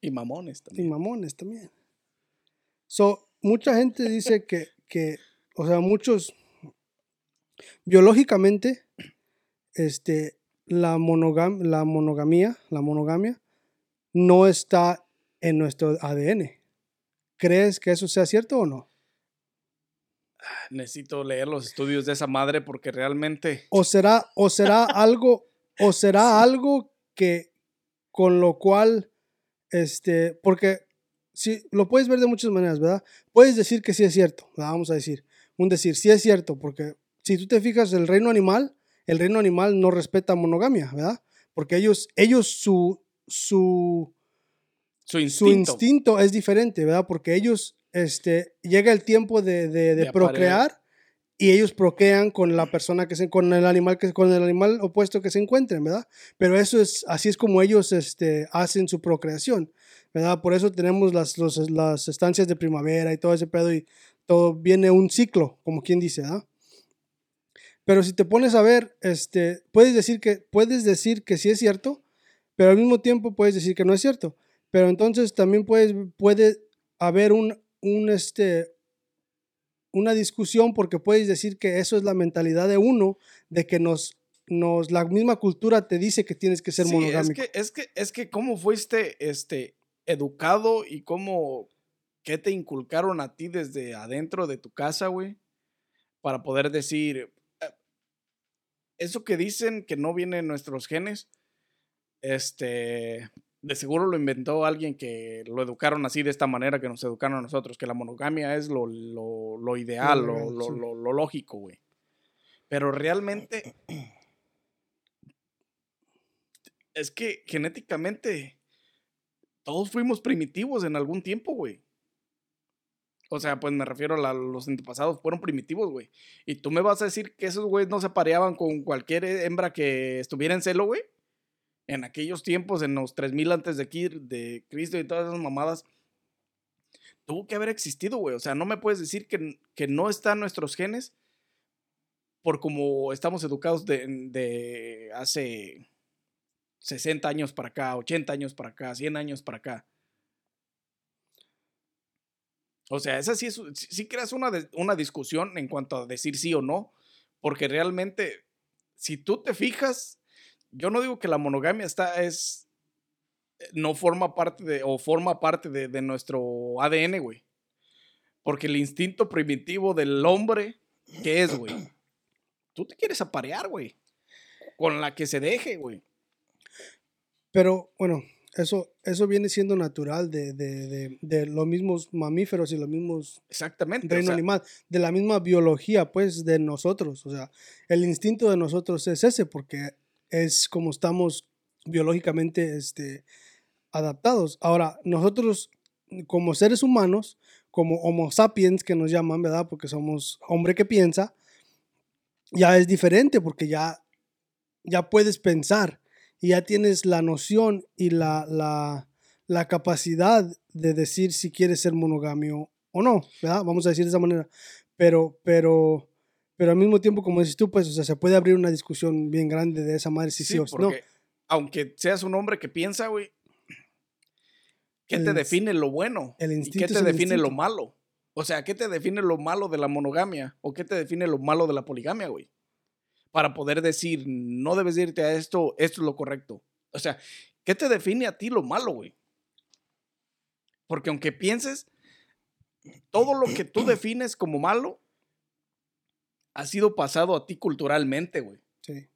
Speaker 1: Y mamones
Speaker 3: y
Speaker 1: también.
Speaker 3: mamones también. So, mucha gente dice que, que, o sea, muchos, biológicamente, este, la, monogam- la monogamia, la monogamia, no está en nuestro ADN. ¿Crees que eso sea cierto o no?
Speaker 1: Necesito leer los estudios de esa madre porque realmente.
Speaker 3: ¿O será, o será algo, o será algo que, con lo cual, este, porque sí, lo puedes ver de muchas maneras, ¿verdad? Puedes decir que sí es cierto, ¿verdad? vamos a decir, un decir, sí es cierto, porque si tú te fijas, el reino animal, el reino animal no respeta monogamia, ¿verdad? Porque ellos, ellos su, su,
Speaker 1: Su
Speaker 3: su
Speaker 1: instinto.
Speaker 3: instinto es diferente, ¿verdad? Porque ellos, este, llega el tiempo de, de- de
Speaker 1: De aparear.
Speaker 3: procrear y ellos procrean con la persona que se, con el animal que, con el animal opuesto que se encuentren, ¿verdad? Pero eso es, así es como ellos, este, hacen su procreación, ¿verdad? Por eso tenemos las, los- las estancias de primavera y todo ese pedo y todo viene un ciclo, como quien dice, ¿verdad? Pero si te pones a ver, este, puedes decir que puedes decir que sí es cierto, pero al mismo tiempo puedes decir que no es cierto. Pero entonces también puedes, puede haber un, un, este, una discusión porque puedes decir que eso es la mentalidad de uno, de que nos, nos la misma cultura te dice que tienes que ser
Speaker 1: Sí, es
Speaker 3: monogámico.
Speaker 1: que, es que, es que cómo fuiste este, educado y cómo, qué te inculcaron a ti desde adentro de tu casa, güey, para poder decir, "Ah, eso que dicen que no viene en nuestros genes, este, de seguro lo inventó alguien que lo educaron así, de esta manera que nos educaron a nosotros, que la monogamia es lo, lo, lo ideal, lo,
Speaker 3: legal,
Speaker 1: lo-
Speaker 3: sí.
Speaker 1: lo- lo lógico, güey. Pero realmente es que genéticamente todos fuimos primitivos en algún tiempo, güey. O sea, pues me refiero a la- los antepasados, fueron primitivos, güey. Y tú me vas a decir que esos güeyes no se pareaban con cualquier hembra que estuviera en celo, güey. En aquellos tiempos, en los 3000 antes de, Kir- de Cristo y todas esas mamadas, tuvo que haber existido, güey. O sea, no me puedes decir que, n- que no están nuestros genes por como estamos educados de, de hace 60 años para acá, 80 años para acá, 100 años para acá. O sea, esa sí, es, sí, sí creas una, de- una discusión en cuanto a decir sí o no, porque realmente, si tú te fijas, yo no digo que la monogamia está, es, eh, no forma parte de, o forma parte de, de nuestro ADN, güey. Porque el instinto primitivo del hombre, ¿qué es, güey? Tú te quieres aparear, güey. Con la que se deje, güey.
Speaker 3: Pero bueno, eso, eso viene siendo natural de, de- de- de los mismos mamíferos y los mismos
Speaker 1: Exactamente. o
Speaker 3: reino
Speaker 1: sea,
Speaker 3: animal, de la misma biología, pues, de nosotros. O sea, el instinto de nosotros es ese, porque es como estamos biológicamente este, adaptados. Ahora, nosotros como seres humanos, como Homo sapiens que nos llaman, ¿verdad? Porque somos hombre que piensa, ya es diferente porque ya, ya puedes pensar y ya tienes la noción y la, la, la capacidad de decir si quieres ser monogamio o no, ¿verdad? Vamos a decir de esa manera. Pero, pero, pero al mismo tiempo, como dices tú, pues, o sea, se puede abrir una discusión bien grande de esa madre si sí, o si no.
Speaker 1: porque aunque seas un hombre que piensa, güey, ¿qué te
Speaker 3: El-
Speaker 1: define lo bueno?
Speaker 3: el
Speaker 1: ¿Y
Speaker 3: instinto
Speaker 1: qué
Speaker 3: es
Speaker 1: te
Speaker 3: el
Speaker 1: define lo
Speaker 3: instinto.
Speaker 1: malo? O sea, ¿qué te define lo malo de la monogamia? ¿O qué te define lo malo de la poligamia, güey? Para poder decir, no debes irte a esto, esto es lo correcto. O sea, ¿qué te define a ti lo malo, güey? Porque aunque pienses, todo lo que tú defines como malo ha sido pasado a ti culturalmente, güey.
Speaker 3: Sí.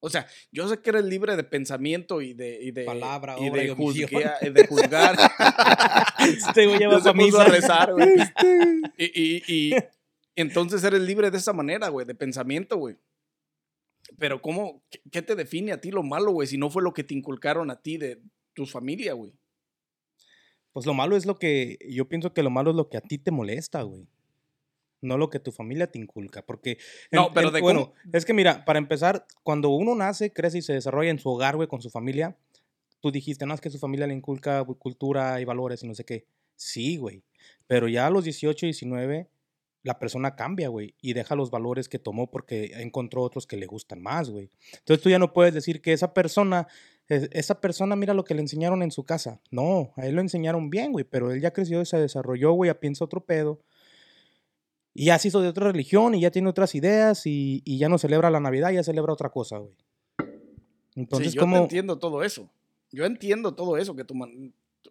Speaker 1: O sea, yo sé que eres libre de pensamiento y de. Y de
Speaker 4: Palabra,
Speaker 1: y
Speaker 4: obra
Speaker 1: de,
Speaker 4: y omisión.
Speaker 1: juzguea- y de juzgar.
Speaker 2: Este güey ya va
Speaker 1: Yo se
Speaker 2: pa'
Speaker 1: puso
Speaker 2: misa.
Speaker 1: a rezar, güey.
Speaker 3: Este,
Speaker 1: Y, y- y entonces eres libre de esa manera, güey, de pensamiento, güey. Pero ¿cómo? ¿Qué- ¿Qué te define a ti lo malo, güey? Si no fue lo que te inculcaron a ti de tu familia, güey.
Speaker 2: Pues lo malo es lo que. Yo pienso que lo malo es lo que a ti te molesta, güey. No lo que tu familia te inculca. Porque.
Speaker 1: No, pero de
Speaker 2: Bueno, es que mira, para empezar, cuando uno nace, crece y se desarrolla en su hogar, güey, con su familia, tú dijiste, no, es que su familia le inculca güey, cultura y valores y no sé qué. Sí, güey. Pero ya a los 18, 19, la persona cambia, güey, y deja los valores que tomó porque encontró otros que le gustan más, güey. Entonces tú ya no puedes decir que esa persona, es- esa persona mira lo que le enseñaron en su casa. No, a él lo enseñaron bien, güey, pero él ya creció, se desarrolló, güey, ya piensa otro pedo. Y ya se hizo de otra religión y ya tiene otras ideas y, y ya no celebra la Navidad, ya celebra otra cosa, güey. Entonces,
Speaker 1: sí, yo te
Speaker 2: como...
Speaker 1: entiendo todo eso. Yo entiendo todo eso que tu man- tu-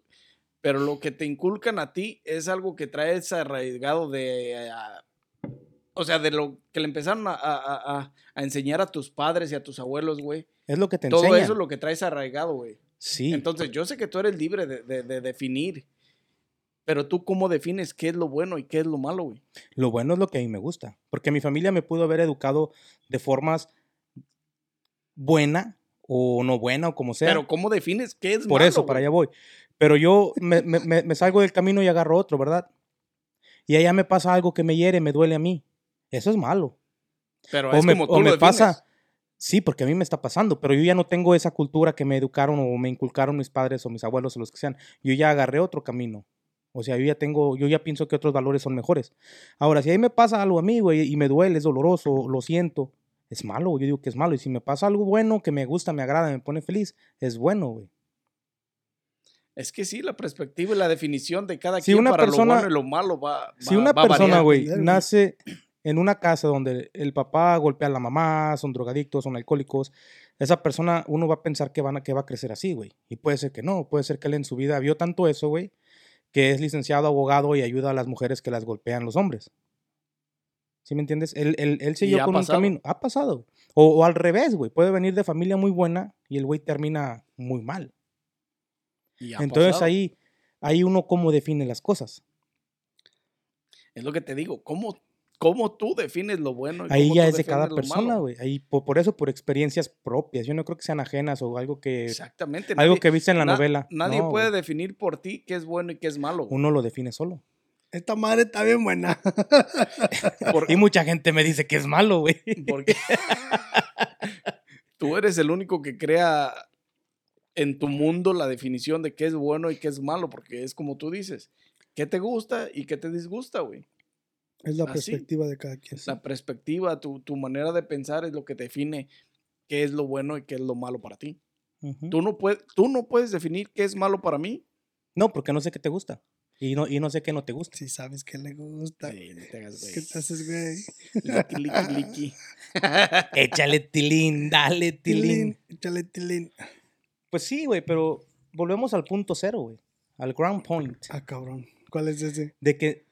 Speaker 1: Pero lo que te inculcan a ti es algo que traes arraigado de... eh, a- o sea, de lo que le empezaron a, a- a- a enseñar a tus padres y a tus abuelos, güey.
Speaker 2: Es lo que te
Speaker 1: Todo
Speaker 2: enseña.
Speaker 1: eso es lo que traes arraigado, güey.
Speaker 2: Sí.
Speaker 1: Entonces, yo sé que tú eres libre de, de- de definir. Pero tú cómo defines qué es lo bueno y qué es lo malo, güey.
Speaker 2: Lo bueno es lo que a mí me gusta, porque mi familia me pudo haber educado de formas buena o no buena o como sea.
Speaker 1: Pero cómo defines qué es
Speaker 2: por
Speaker 1: malo,
Speaker 2: eso, para
Speaker 1: güey?
Speaker 2: allá voy. Pero yo me, me- me- me salgo del camino y agarro otro, ¿verdad? Y allá me pasa algo que me hiere, me duele a mí. Eso es malo.
Speaker 1: Pero
Speaker 2: o
Speaker 1: es
Speaker 2: me,
Speaker 1: como tú
Speaker 2: o
Speaker 1: lo
Speaker 2: me
Speaker 1: defines.
Speaker 2: pasa. Sí, porque a mí me está pasando, pero yo ya no tengo esa cultura que me educaron o me inculcaron mis padres o mis abuelos o los que sean. Yo ya agarré otro camino. O sea, yo ya tengo, yo ya pienso que otros valores son mejores. Ahora, si ahí me pasa algo a mí, güey, y me duele, es doloroso, lo siento, es malo, yo digo que es malo. Y si me pasa algo bueno, que me gusta, me agrada, me pone feliz, es bueno, güey.
Speaker 1: Es que sí, la perspectiva y la definición de cada
Speaker 2: Si
Speaker 1: quien
Speaker 2: una
Speaker 1: para
Speaker 2: persona-
Speaker 1: lo bueno y lo malo va,
Speaker 2: Si
Speaker 1: va-
Speaker 2: una
Speaker 1: va a
Speaker 2: persona,
Speaker 1: variar.
Speaker 2: güey,
Speaker 3: depender, güey.
Speaker 2: nace en una casa donde el papá golpea a la mamá, son drogadictos, son alcohólicos, esa persona, uno va a pensar que, van a, que va a crecer así, güey. Y puede ser que no, puede ser que él en su vida vio tanto eso, güey, que es licenciado, abogado y ayuda a las mujeres que las golpean los hombres. ¿Sí me entiendes? Él, él, él siguió
Speaker 1: ha
Speaker 2: con
Speaker 1: pasado.
Speaker 2: un camino. Ha pasado. O, o al revés, güey. Puede venir de familia muy buena y el güey termina muy mal.
Speaker 1: Y ha
Speaker 2: Entonces
Speaker 1: pasado.
Speaker 2: ahí, ahí uno cómo define las cosas.
Speaker 1: Es lo que te digo, ¿cómo, cómo tú defines lo bueno? y
Speaker 2: Ahí
Speaker 1: Pues, cómo
Speaker 2: ya
Speaker 1: tú
Speaker 2: es de cada
Speaker 1: defines lo
Speaker 2: persona,
Speaker 1: malo?
Speaker 2: güey. Ahí po- por, eso, por experiencias propias. Yo no creo que sean ajenas o algo que
Speaker 1: Exactamente.
Speaker 2: algo
Speaker 1: nadie-
Speaker 2: que viste en la
Speaker 1: na-
Speaker 2: novela.
Speaker 1: Nadie
Speaker 2: No,
Speaker 1: puede
Speaker 2: güey.
Speaker 1: definir por ti qué es bueno y qué es malo. güey.
Speaker 2: Uno lo define solo.
Speaker 3: Esta madre está bien buena.
Speaker 1: Por-
Speaker 2: Y mucha gente me dice que es malo, güey.
Speaker 1: porque tú eres el único que crea en tu mundo la definición de qué es bueno y qué es malo, porque es como tú dices, qué te gusta y qué te disgusta, güey.
Speaker 3: Es la
Speaker 1: Así.
Speaker 3: perspectiva de cada quien.
Speaker 1: ¿Ah, la perspectiva, tu, tu manera de pensar es lo que define qué es lo bueno y qué es lo malo para ti.
Speaker 2: Ujú.
Speaker 1: Tú no, puedes, tú no puedes definir qué es malo para mí.
Speaker 2: No, porque no sé qué te gusta. Y no, y no sé qué no te gusta.
Speaker 3: Si sabes que le gusta.
Speaker 1: Sí, pues, no te hagas, güey.
Speaker 3: ¿Qué te haces, güey?
Speaker 1: Liqui, liqui, liqui.
Speaker 2: Échale tilín, dale tilín.
Speaker 3: Tilín, échale tilín.
Speaker 2: Pues sí, güey, pero volvemos al punto cero, güey. Al ground point.
Speaker 3: Ah, cabrón. ¿Cuál es ese?
Speaker 2: de que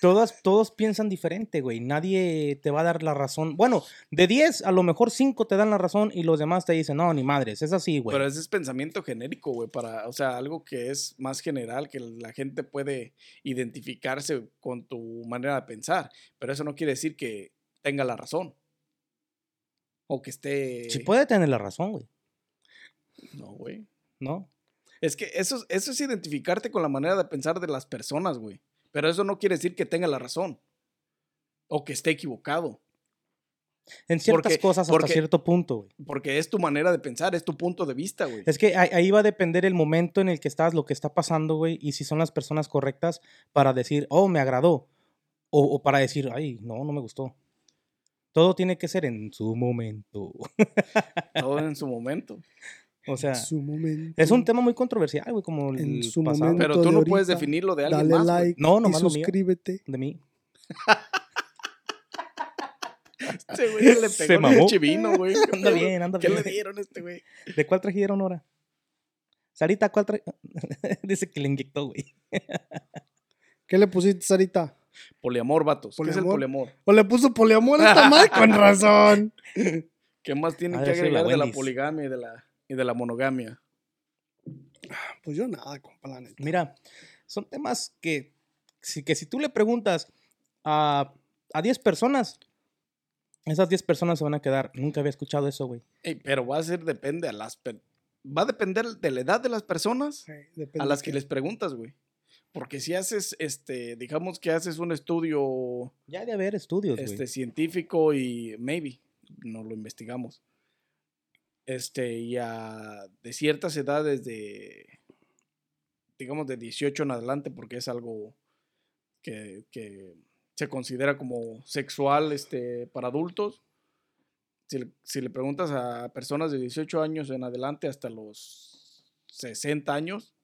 Speaker 2: todas, todos piensan diferente, güey. Nadie te va a dar la razón. Bueno, de 10, a lo mejor 5 te dan la razón y los demás te dicen, no, ni madres, es así, güey.
Speaker 1: Pero ese es pensamiento genérico, güey, para, o sea, algo que es más general, que la gente puede identificarse con tu manera de pensar, pero eso no quiere decir que tenga la razón. O que esté...
Speaker 2: Si puede tener la razón, güey,
Speaker 1: No, güey.
Speaker 2: ¿no?
Speaker 1: Es que eso, es- eso es identificarte con la manera de pensar de las personas, güey. Pero eso no quiere decir que tenga la razón. O que esté equivocado.
Speaker 2: En ciertas
Speaker 1: Porque-
Speaker 2: cosas hasta
Speaker 1: porque-
Speaker 2: cierto punto, güey.
Speaker 1: Porque es tu manera de pensar, es tu punto de vista, güey.
Speaker 2: Es que ahí- ahí va a depender el momento en el que estás, lo que está pasando, güey, y si son las personas correctas para decir, oh, me agradó, o, o para decir, ay, no, no me gustó. Todo tiene que ser en su momento.
Speaker 1: Todo en su momento.
Speaker 2: O sea,
Speaker 3: En su momento.
Speaker 2: es un tema muy controversial, güey, como el
Speaker 3: En su
Speaker 2: pasado
Speaker 3: momento.
Speaker 1: Pero tú no
Speaker 3: de
Speaker 1: puedes
Speaker 3: ahorita,
Speaker 1: definirlo de alguien
Speaker 3: Dale
Speaker 1: más. güey.
Speaker 3: like
Speaker 2: No,
Speaker 3: y
Speaker 2: nomás lo mío.
Speaker 3: suscríbete.
Speaker 2: de mí.
Speaker 1: Este güey le pegó
Speaker 2: Se
Speaker 1: el
Speaker 2: mamó.
Speaker 1: chivino, güey. ¿Qué
Speaker 2: Anda
Speaker 1: pedo?
Speaker 2: bien, anda
Speaker 1: ¿Qué le
Speaker 2: bien.
Speaker 1: dieron a este güey?
Speaker 2: ¿De cuál trajeron ahora? Sarita, ¿cuál trajeron? Dice que le inyectó, güey.
Speaker 3: ¿Qué le pusiste, Sarita?
Speaker 1: Poliamor, vatos. ¿Qué es el
Speaker 3: Poliamor.
Speaker 1: poliamor?
Speaker 3: ¿O le puso poliamor a esta madre? Con razón.
Speaker 1: ¿Qué más tienen
Speaker 2: Ha de
Speaker 1: que
Speaker 2: haber sido Ah, la
Speaker 1: agregar de la
Speaker 2: Wendy's.
Speaker 1: poligamia y de la, y de la monogamia?
Speaker 3: Pues yo nada, compa, la neta.
Speaker 2: Mira, son temas que si, que si tú le preguntas a, a 10 personas, esas 10 personas se van a quedar. Nunca había escuchado eso, güey.
Speaker 1: Ey, pero va a ser, depende a las... per- Va a depender de la edad de las personas
Speaker 3: Sí, depende
Speaker 1: a las que
Speaker 3: qué.
Speaker 1: les preguntas, güey. Porque si haces, este, digamos que haces un estudio
Speaker 2: Ya de haber estudios, güey.
Speaker 1: este, científico y maybe, no lo investigamos, este, y a, de ciertas edades de, digamos, de 18 en adelante, porque es algo que, que se considera como sexual este, para adultos. Si, le- si le preguntas a personas de 18 años en adelante hasta los 60 años,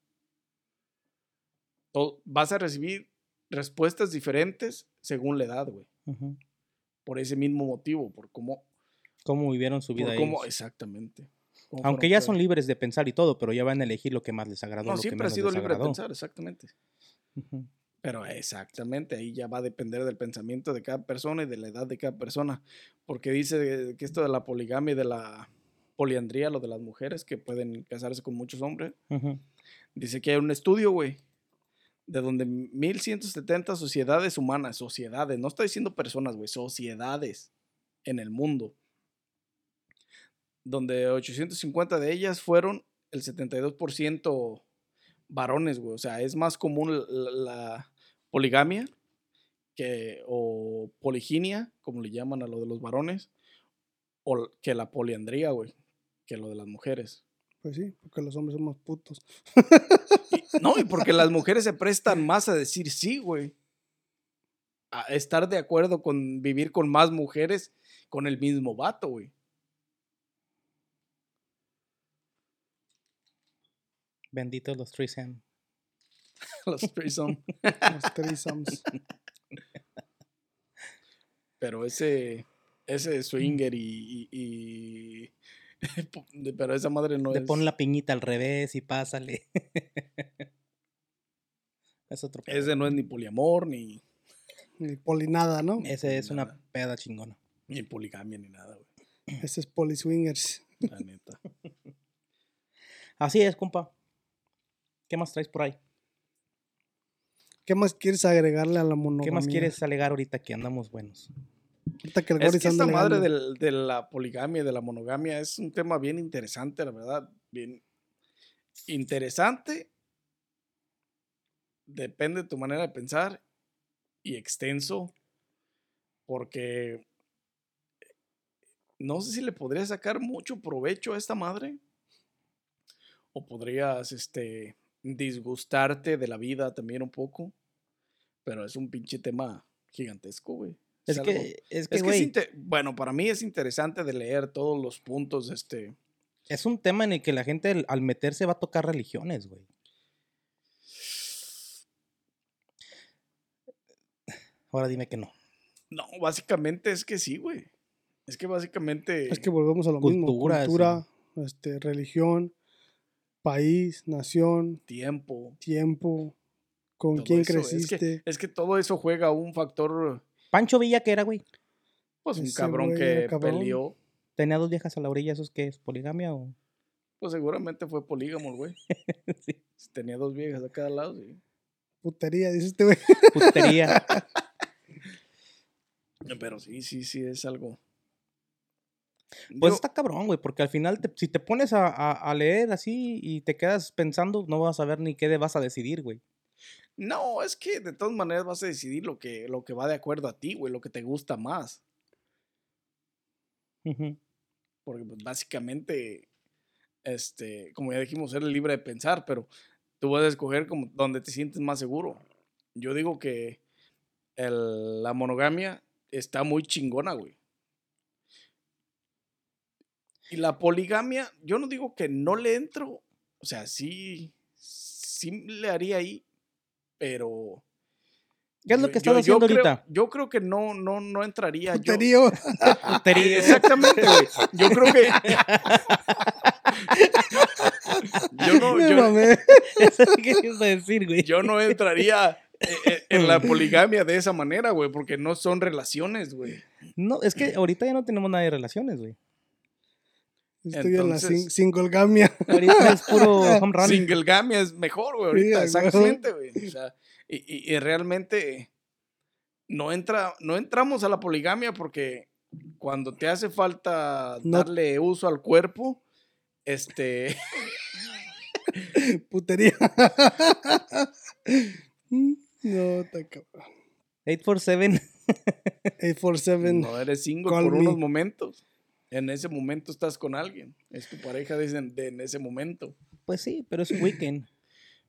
Speaker 1: to- vas a recibir respuestas diferentes según la edad, güey
Speaker 2: Ujú.
Speaker 1: por ese mismo motivo, por cómo,
Speaker 2: Cómo vivieron su vida
Speaker 1: por
Speaker 2: ellos.
Speaker 1: cómo exactamente. Cómo
Speaker 2: Aunque
Speaker 1: fueron
Speaker 2: ya
Speaker 1: creados.
Speaker 2: son libres de pensar y todo, pero ya van a elegir lo que más les agradó.
Speaker 1: No,
Speaker 2: lo que
Speaker 1: siempre ha
Speaker 2: menos
Speaker 1: sido
Speaker 2: les
Speaker 1: libre de
Speaker 2: agradó.
Speaker 1: pensar, exactamente.
Speaker 2: Ujú.
Speaker 1: Pero exactamente, ahí ya va a depender del pensamiento de cada persona y de la edad de cada persona. Porque dice que esto de la poligamia y de la poliandría, lo de las mujeres que pueden casarse con muchos hombres,
Speaker 2: Ujú.
Speaker 1: dice que hay un estudio, güey, de donde 1170 sociedades humanas, sociedades, no está diciendo personas, güey, sociedades en el mundo, donde 850 de ellas fueron el 72% varones, güey. O sea, es más común la, la- la poligamia que, o poliginia, como le llaman a lo de los varones, o l- que la poliandría, güey, que lo de las mujeres.
Speaker 3: Pues sí, porque los hombres somos putos.
Speaker 1: No, y porque las mujeres se prestan más a decir sí, güey. A estar de acuerdo con vivir con más mujeres con el mismo vato, güey.
Speaker 2: Benditos los threesome.
Speaker 1: Los threesome.
Speaker 3: Los threesomes.
Speaker 1: Pero ese, ese swinger y, y- y- de- Pero esa madre no
Speaker 2: Le
Speaker 1: es...
Speaker 2: pon la piñita al revés y pásale. es otro pedo.
Speaker 1: Ese no es ni poliamor, ni,
Speaker 3: Ni polinada, ¿no?
Speaker 2: Ese es una
Speaker 1: nada.
Speaker 2: peda chingona.
Speaker 1: ni poligamia, ni nada, güey.
Speaker 3: Ese es poliswingers.
Speaker 1: La neta.
Speaker 2: Así es, compa. ¿Qué más traes por ahí?
Speaker 3: ¿Qué más quieres agregarle a la monogamia?
Speaker 2: ¿Qué más quieres alegar ahorita que andamos buenos?
Speaker 3: Ahorita que el
Speaker 1: Es
Speaker 3: Goris
Speaker 1: que
Speaker 3: anda
Speaker 1: esta madre
Speaker 3: alegando.
Speaker 1: del- de la poligamia y de la monogamia es un tema bien interesante, la verdad. Bien interesante. Depende de tu manera de pensar y extenso. Porque no sé si le podría sacar mucho provecho a esta madre. O podrías este, disgustarte de la vida también un poco. Pero es un pinche tema gigantesco, güey.
Speaker 2: Es
Speaker 1: algo-
Speaker 2: que,
Speaker 1: es
Speaker 2: es que,
Speaker 1: que es
Speaker 2: güey, es,
Speaker 1: inte- bueno, para mí es interesante de leer todos los puntos de este.
Speaker 2: un tema en el que la gente al- al meterse va a tocar religiones, güey. Ahora dime que no.
Speaker 1: No, básicamente es que sí, güey. Es que básicamente.
Speaker 3: Es que volvemos a lo
Speaker 2: Culturas,
Speaker 3: mismo. Cultura, este, religión, país, nación,
Speaker 1: tiempo.
Speaker 3: tiempo, con
Speaker 1: todo
Speaker 3: quién
Speaker 1: eso,
Speaker 3: creciste.
Speaker 1: Es que, es que todo eso juega un factor.
Speaker 2: Pancho Villa, ¿qué era, güey?
Speaker 1: Pues un
Speaker 3: Ese
Speaker 1: cabrón
Speaker 3: güey
Speaker 1: que
Speaker 3: era cabrón.
Speaker 1: peleó.
Speaker 2: ¿Tenía dos viejas a la orilla? ¿Eso es qué es? ¿Poligamia o...?
Speaker 1: Pues seguramente fue polígamo, el güey.
Speaker 2: sí.
Speaker 1: Si Tenía dos viejas a cada lado, sí.
Speaker 3: Putería, dice este güey.
Speaker 2: Putería.
Speaker 1: Eh, Pero sí, sí, sí, es algo.
Speaker 2: Pues
Speaker 1: Digo,
Speaker 2: está cabrón, güey, porque al final, te- si te pones a, a- a leer así y te quedas pensando, no vas a ver ni qué de- vas a decidir, güey.
Speaker 1: No, es que de todas maneras vas a decidir lo que, lo que va de acuerdo a ti, güey, lo que te gusta más.
Speaker 2: Ujú.
Speaker 1: Porque pues, básicamente, este, como ya dijimos, eres libre de pensar, pero tú vas a escoger como donde te sientes más seguro. Yo digo que el- la monogamia está muy chingona, güey. Y la poligamia, yo no digo que no le entro, o sea, sí, sí le haría ahí, pero...
Speaker 2: ¿Qué es lo
Speaker 1: yo-
Speaker 2: que
Speaker 1: yo-
Speaker 2: estás
Speaker 1: yo
Speaker 2: haciendo
Speaker 1: creo-
Speaker 2: ahorita?
Speaker 1: Yo creo que no, no, no entraría yo.
Speaker 3: Puterío.
Speaker 1: Eh, Exactamente, güey. Yo creo que. yo, no,
Speaker 3: Me
Speaker 1: yo,
Speaker 3: mamé.
Speaker 2: ¿Qué ibas a decir, güey?
Speaker 1: yo no entraría eh, eh, en la poligamia de esa manera, güey, porque no son relaciones, güey.
Speaker 2: No, es que ahorita ya no tenemos nada de relaciones, güey.
Speaker 3: Estoy en la
Speaker 1: Entonces-
Speaker 3: sin- singolgamia.
Speaker 2: Ahorita es puro home run.
Speaker 1: Singlegamia es mejor, güey, ahorita,
Speaker 3: Sí, güey.
Speaker 1: exactamente, güey. O sea, y, y- y realmente no, entra, no entramos a la poligamia porque cuando te hace falta
Speaker 3: No.
Speaker 1: darle uso al cuerpo, este.
Speaker 3: Putería. No, está cabrón.
Speaker 2: 847.
Speaker 3: 847.
Speaker 1: No eres single
Speaker 3: Call
Speaker 1: por
Speaker 3: me.
Speaker 1: unos momentos. En ese momento estás con alguien. Es tu pareja desde de- en ese momento.
Speaker 2: Pues sí, pero es un weekend.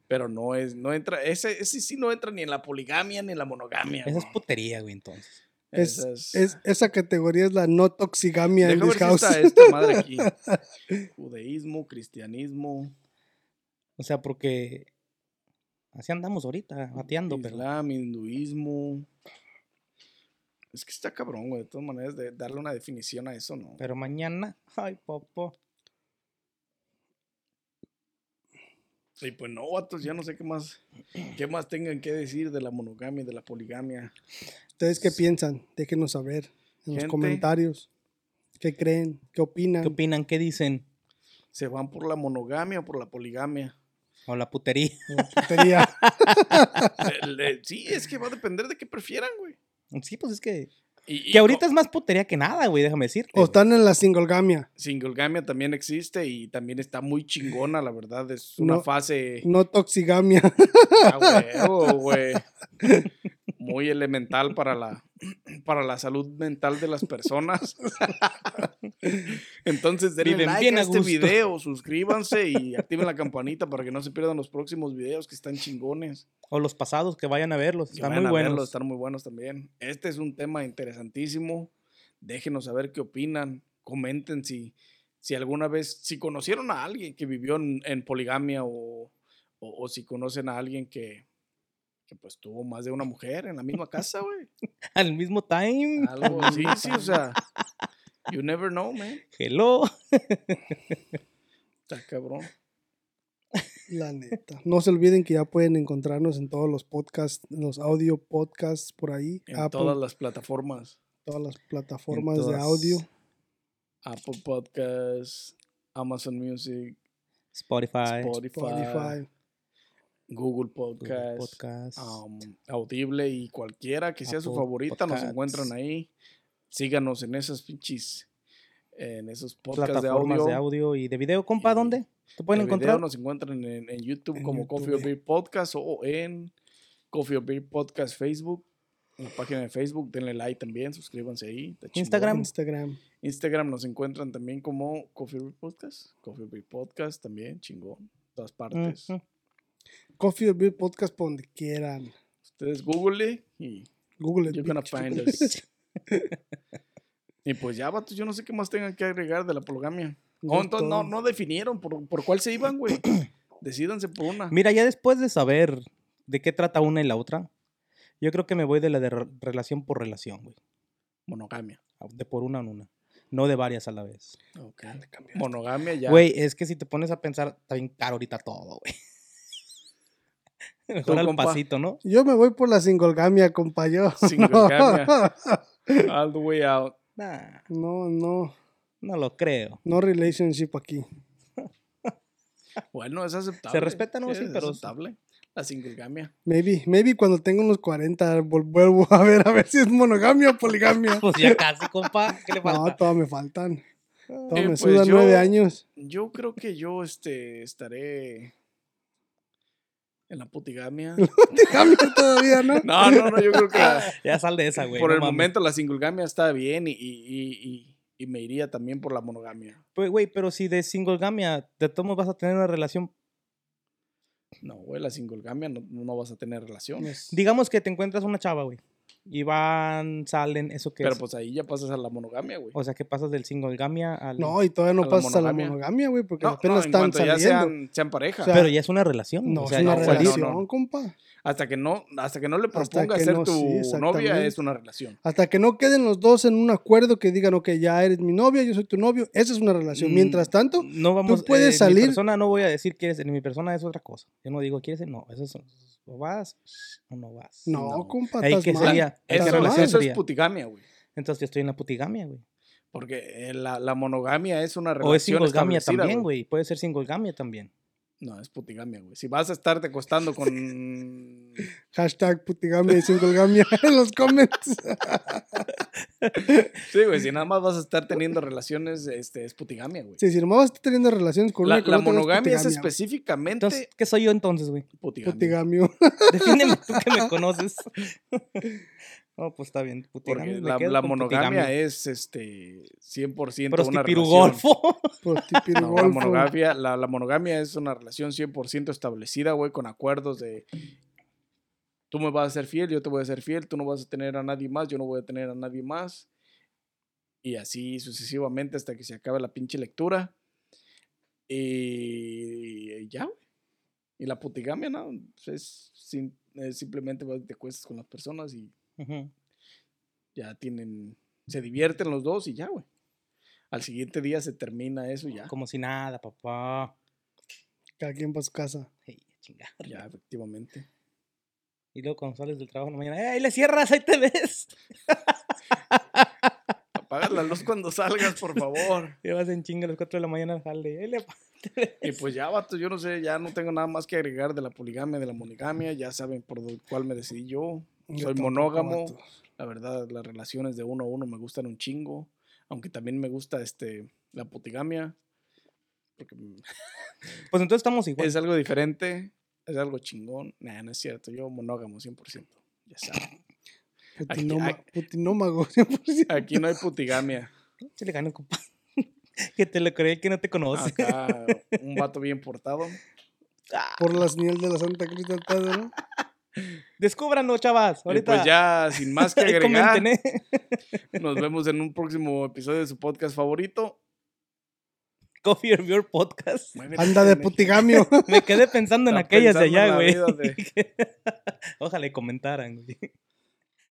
Speaker 1: Pero no es, no entra, ese, ese sí no entra ni en la poligamia ni en la monogamia.
Speaker 2: Esa es
Speaker 1: güey.
Speaker 2: putería, güey, entonces.
Speaker 3: Es-
Speaker 1: Esa es-
Speaker 3: es- esa categoría es la no toxigamia en
Speaker 1: Deja ver
Speaker 3: this
Speaker 1: si
Speaker 3: house.
Speaker 1: está eh. esta madre aquí. Judaísmo, cristianismo,
Speaker 2: O sea, porque así andamos ahorita, mateando, pero
Speaker 1: islam, hinduismo. Es que está cabrón, güey. De todas maneras, de darle una definición a eso, ¿no?
Speaker 2: Pero mañana, ay, popo.
Speaker 1: Y pues no, vatos, ya no sé qué más, qué más tengan que decir de la monogamia y de la poligamia.
Speaker 3: ¿Ustedes qué piensan? Déjenos saber en los
Speaker 1: Gente.
Speaker 3: comentarios. ¿Qué creen? ¿Qué opinan?
Speaker 1: Em.
Speaker 2: ¿Qué opinan? ¿Qué dicen?
Speaker 1: se van por la monogamia o por la poligamia.
Speaker 2: O la putería.
Speaker 3: Putería.
Speaker 1: Le- le- sí, es que va a depender de qué prefieran, güey.
Speaker 2: Sí, pues es que.
Speaker 1: Y, y
Speaker 2: Que ahorita
Speaker 1: co-
Speaker 2: es más putería que nada, güey, déjame decirte.
Speaker 3: o
Speaker 2: güey.
Speaker 3: están en la singolgamia.
Speaker 1: singlegamia también existe y también está muy chingona, la verdad. Es una
Speaker 3: No.
Speaker 1: fase
Speaker 3: No toxigamia.
Speaker 1: a huevo, güey, muy elemental para la, para la salud mental de las personas. Entonces, denle
Speaker 2: Viven
Speaker 1: like
Speaker 2: bien
Speaker 1: a
Speaker 2: a
Speaker 1: este
Speaker 2: gusto.
Speaker 1: video, suscríbanse y activen la campanita para que no se pierdan los próximos videos que están chingones.
Speaker 2: O los pasados, que vayan a verlos.
Speaker 1: Que
Speaker 2: Están
Speaker 1: vayan
Speaker 2: muy
Speaker 1: a
Speaker 2: buenos.
Speaker 1: verlo, están muy buenos también. Este es un tema interesantísimo. Déjenos saber qué opinan. Comenten si, si alguna vez, si conocieron a alguien que vivió en, en poligamia o, o- o si conocen a alguien que, que pues tuvo más de una mujer en la misma casa, güey.
Speaker 2: Al mismo time.
Speaker 1: Algo así, sí, o sea. You never know, man.
Speaker 2: Hello.
Speaker 1: Está cabrón.
Speaker 3: La neta. No se olviden que ya pueden encontrarnos en todos los podcasts, en los audio podcasts por ahí.
Speaker 1: En
Speaker 3: Apple,
Speaker 1: todas las plataformas.
Speaker 3: todas las plataformas
Speaker 2: En todas.
Speaker 3: de audio.
Speaker 1: Apple Podcasts, Amazon Music,
Speaker 2: Spotify.
Speaker 1: Spotify,
Speaker 3: Spotify.
Speaker 1: Google
Speaker 2: Google
Speaker 1: Podcasts.
Speaker 2: Podcast.
Speaker 1: um, Audible y cualquiera que sea su
Speaker 2: Este, Apple
Speaker 1: favorita, nos
Speaker 2: Podcasts.
Speaker 1: encuentran ahí. Síganos en esas pinches, en esos podcasts de
Speaker 2: plataformas
Speaker 1: audio.
Speaker 2: de audio y de video, compa,
Speaker 1: Y
Speaker 2: ¿dónde? ¿Te
Speaker 1: En
Speaker 2: pueden
Speaker 1: video
Speaker 2: encontrar?
Speaker 1: nos encuentran en, en YouTube
Speaker 3: En
Speaker 1: como
Speaker 3: YouTube.
Speaker 1: Coffee or Beer Podcast o en Coffee or Beer Podcast Facebook. En la página de Facebook, denle like también, suscríbanse ahí. está chingón.
Speaker 2: Instagram.
Speaker 3: Instagram.
Speaker 1: Instagram nos encuentran también como Coffee or Beer Podcast. Coffee or Beer Podcast también, chingón. Todas partes.
Speaker 2: Ujú.
Speaker 3: Coffee or Beer Podcast por donde quieran.
Speaker 1: Ustedes google y
Speaker 3: Google it,
Speaker 1: You're gonna
Speaker 3: bitch.
Speaker 1: find us. y pues ya, vatos, yo no sé qué más tengan que agregar de la poligamia.
Speaker 3: Ya
Speaker 1: Oh, entonces no,
Speaker 3: todo.
Speaker 1: no definieron por, por cuál se iban, güey. Decídanse por una.
Speaker 2: Mira, ya después de saber de qué trata una y la otra, yo creo que me voy de la de re- relación por relación, güey.
Speaker 1: Monogamia.
Speaker 2: De por una en una. No de varias a la vez.
Speaker 1: Ah, Monogamia ya.
Speaker 2: Güey, es que si te pones a pensar, está bien caro ahorita todo, güey. Mejor al
Speaker 1: compa?
Speaker 2: pasito, ¿no?
Speaker 3: Yo me voy por la singolgamia, compa. Yo.
Speaker 1: Singolgamia. All the way out.
Speaker 2: Nah,
Speaker 3: No, no.
Speaker 2: no lo creo.
Speaker 3: No relationship aquí.
Speaker 1: Bueno, es aceptable.
Speaker 2: Se respeta, ¿no? Sí,
Speaker 1: es
Speaker 2: pero-
Speaker 1: aceptable. La singlegamia.
Speaker 3: Maybe, maybe cuando tenga unos 40 vol- vuelvo a ver a ver si es monogamia o poligamia.
Speaker 2: Pues ya casi, compa. ¿Qué le falta?
Speaker 3: No, todas me faltan. Todo me
Speaker 1: pues
Speaker 3: suda
Speaker 1: yo-
Speaker 3: nueve años.
Speaker 1: Yo creo que yo este, estaré en la putigamia.
Speaker 3: Te cambio todavía, ¿no?
Speaker 1: No, no, no, yo creo que la-
Speaker 2: Ya sal de esa, güey.
Speaker 1: por
Speaker 2: no
Speaker 1: el
Speaker 2: mames.
Speaker 1: momento la singlegamia está bien y, y- y- y- y me iría también por la monogamia.
Speaker 2: Pues, güey, pero si de singlegamia de todos modos vas a tener una relación.
Speaker 1: No, güey, la singlegamia no, no vas a tener relaciones.
Speaker 2: Digamos que te encuentras una chava, güey. Y van, salen, eso que
Speaker 1: Pero
Speaker 2: es.
Speaker 1: pues ahí ya pasas a la monogamia, güey.
Speaker 2: o sea, que pasas del singlegamia al.
Speaker 3: No, y todavía no
Speaker 1: A la
Speaker 3: pasas a la
Speaker 1: monogamia.
Speaker 3: monogamia, güey, porque
Speaker 1: No, no,
Speaker 3: apenas
Speaker 1: en
Speaker 3: están
Speaker 1: cuanto ya
Speaker 3: saliendo.
Speaker 1: sean, sean pareja.
Speaker 3: O sea,
Speaker 2: pero ya es una relación.
Speaker 3: No,
Speaker 2: o sea,
Speaker 3: es una
Speaker 2: ya
Speaker 1: no,
Speaker 2: fue-
Speaker 1: no,
Speaker 3: relación,
Speaker 1: no.
Speaker 3: compa.
Speaker 1: hasta, que no, hasta que no le
Speaker 3: Hasta
Speaker 1: propongas
Speaker 3: que
Speaker 1: ser
Speaker 3: no,
Speaker 1: tu
Speaker 3: sí,
Speaker 1: novia
Speaker 3: exactamente.
Speaker 1: es una relación.
Speaker 3: Hasta que no queden los dos en un acuerdo que digan, ok, ya eres mi novia, yo soy tu novio, esa es una relación.
Speaker 2: Mm,
Speaker 3: Mientras tanto,
Speaker 2: No vamos
Speaker 3: tú puedes
Speaker 2: eh, Mi
Speaker 3: salir-
Speaker 2: persona no voy a decir que eres. Mi persona es otra cosa. Yo no digo, ¿quieres ser? No, eso es. ¿O vas o no vas?
Speaker 3: no,
Speaker 1: no.
Speaker 3: compa,
Speaker 2: Ahí
Speaker 3: estás
Speaker 2: que
Speaker 3: mal.
Speaker 2: sería. Esa
Speaker 3: Ahí está
Speaker 1: Eso,
Speaker 3: mal.
Speaker 2: relación
Speaker 1: eso es
Speaker 2: sería.
Speaker 1: putigamia, güey.
Speaker 2: Entonces yo estoy en la putigamia, güey.
Speaker 1: Porque eh, la, la monogamia es una relación.
Speaker 2: O es singlegamia
Speaker 1: establecida,
Speaker 2: también, güey. Puede ser singlegamia también.
Speaker 1: No, es putigamia, güey. Si vas a estarte acostando con.
Speaker 3: Hashtag putigamia y singlegamia en los comments.
Speaker 1: Sí, güey, si nada más vas a estar teniendo relaciones, este, es putigamia, güey.
Speaker 3: Sí, si nomás estás teniendo relaciones con
Speaker 1: la
Speaker 3: una y con
Speaker 1: la
Speaker 3: otra, eres
Speaker 1: monogamia es
Speaker 3: putigamia, güey.
Speaker 1: específicamente
Speaker 2: Entonces, ¿qué soy yo entonces, güey?
Speaker 1: putigamia.
Speaker 3: Putigamio.
Speaker 2: Defiéndeme tú que me conoces. no, pues está bien.
Speaker 1: Porque
Speaker 2: Putigamia, me
Speaker 1: la,
Speaker 2: quedo
Speaker 1: la
Speaker 2: con
Speaker 1: monogamia
Speaker 2: putigamia.
Speaker 1: es este 100% una relación.
Speaker 2: Prostipirugolfo.
Speaker 1: No, la,
Speaker 3: Prostipirugolfo.
Speaker 1: monogamia, la, la monogamia es una relación 100% establecida, güey, con acuerdos de tú me vas a ser fiel, yo te voy a ser fiel, tú no vas a tener a nadie más, yo no voy a tener a nadie más. Y así sucesivamente hasta que se acabe la pinche lectura. Y ya, güey. Y la putigamia, ¿no? Es, sin- es simplemente vas y te cuestas con las personas y
Speaker 2: Ujú.
Speaker 1: ya tienen, se divierten los dos y ya, güey. Al siguiente día se termina eso y ya.
Speaker 2: Como si nada, papá.
Speaker 3: Cada quien para su casa.
Speaker 2: Ey, chinga.
Speaker 1: Ya, efectivamente.
Speaker 2: Y luego cuando sales del trabajo en la mañana, ¡eh, ahí le cierras! ¡Ahí te ves!
Speaker 1: Apaga la luz cuando salgas, por favor.
Speaker 2: Llevas en chinga a las 4 de la mañana al jale. ¡Ahí le pa- te ves!
Speaker 1: Y pues ya, vato, yo no sé, ya no tengo nada más que agregar de la poligamia, de la monogamia. Ya saben por do- cuál me decidí yo.
Speaker 3: Yo
Speaker 1: Soy
Speaker 3: tampoco,
Speaker 1: monógamo.
Speaker 3: vato.
Speaker 1: La verdad, las relaciones de uno a uno me gustan un chingo. Aunque también me gusta este, la potigamia. Porque
Speaker 2: Pues entonces estamos igual.
Speaker 1: es algo diferente, es algo chingón. Nah, no es cierto. Yo monógamo 100%. Ya saben.
Speaker 3: Putinoma-
Speaker 1: Aquí-
Speaker 3: putinómago, 100%.
Speaker 1: Aquí no hay putigamia.
Speaker 2: Se le gana, compa. que te lo creí que no te conoce.
Speaker 1: Acá un vato bien portado. Ah.
Speaker 2: Ah,
Speaker 3: Por la señal de la Santa Cruz del Padre, ¿no?
Speaker 2: Descúbranlo, chavas.
Speaker 1: Y
Speaker 2: Ahorita.
Speaker 1: pues ya, sin más que
Speaker 2: Ahí
Speaker 1: agregar.
Speaker 2: comenten, ¿eh?
Speaker 1: Nos vemos en un próximo episodio de su podcast favorito.
Speaker 2: Coffee or Beer Podcast.
Speaker 3: Anda de putigamio.
Speaker 2: Me quedé pensando en
Speaker 1: Está
Speaker 2: aquellas de
Speaker 1: pensando en
Speaker 2: allá,
Speaker 1: la vida
Speaker 2: güey.
Speaker 1: de-
Speaker 2: Ojalá y comentaran, güey.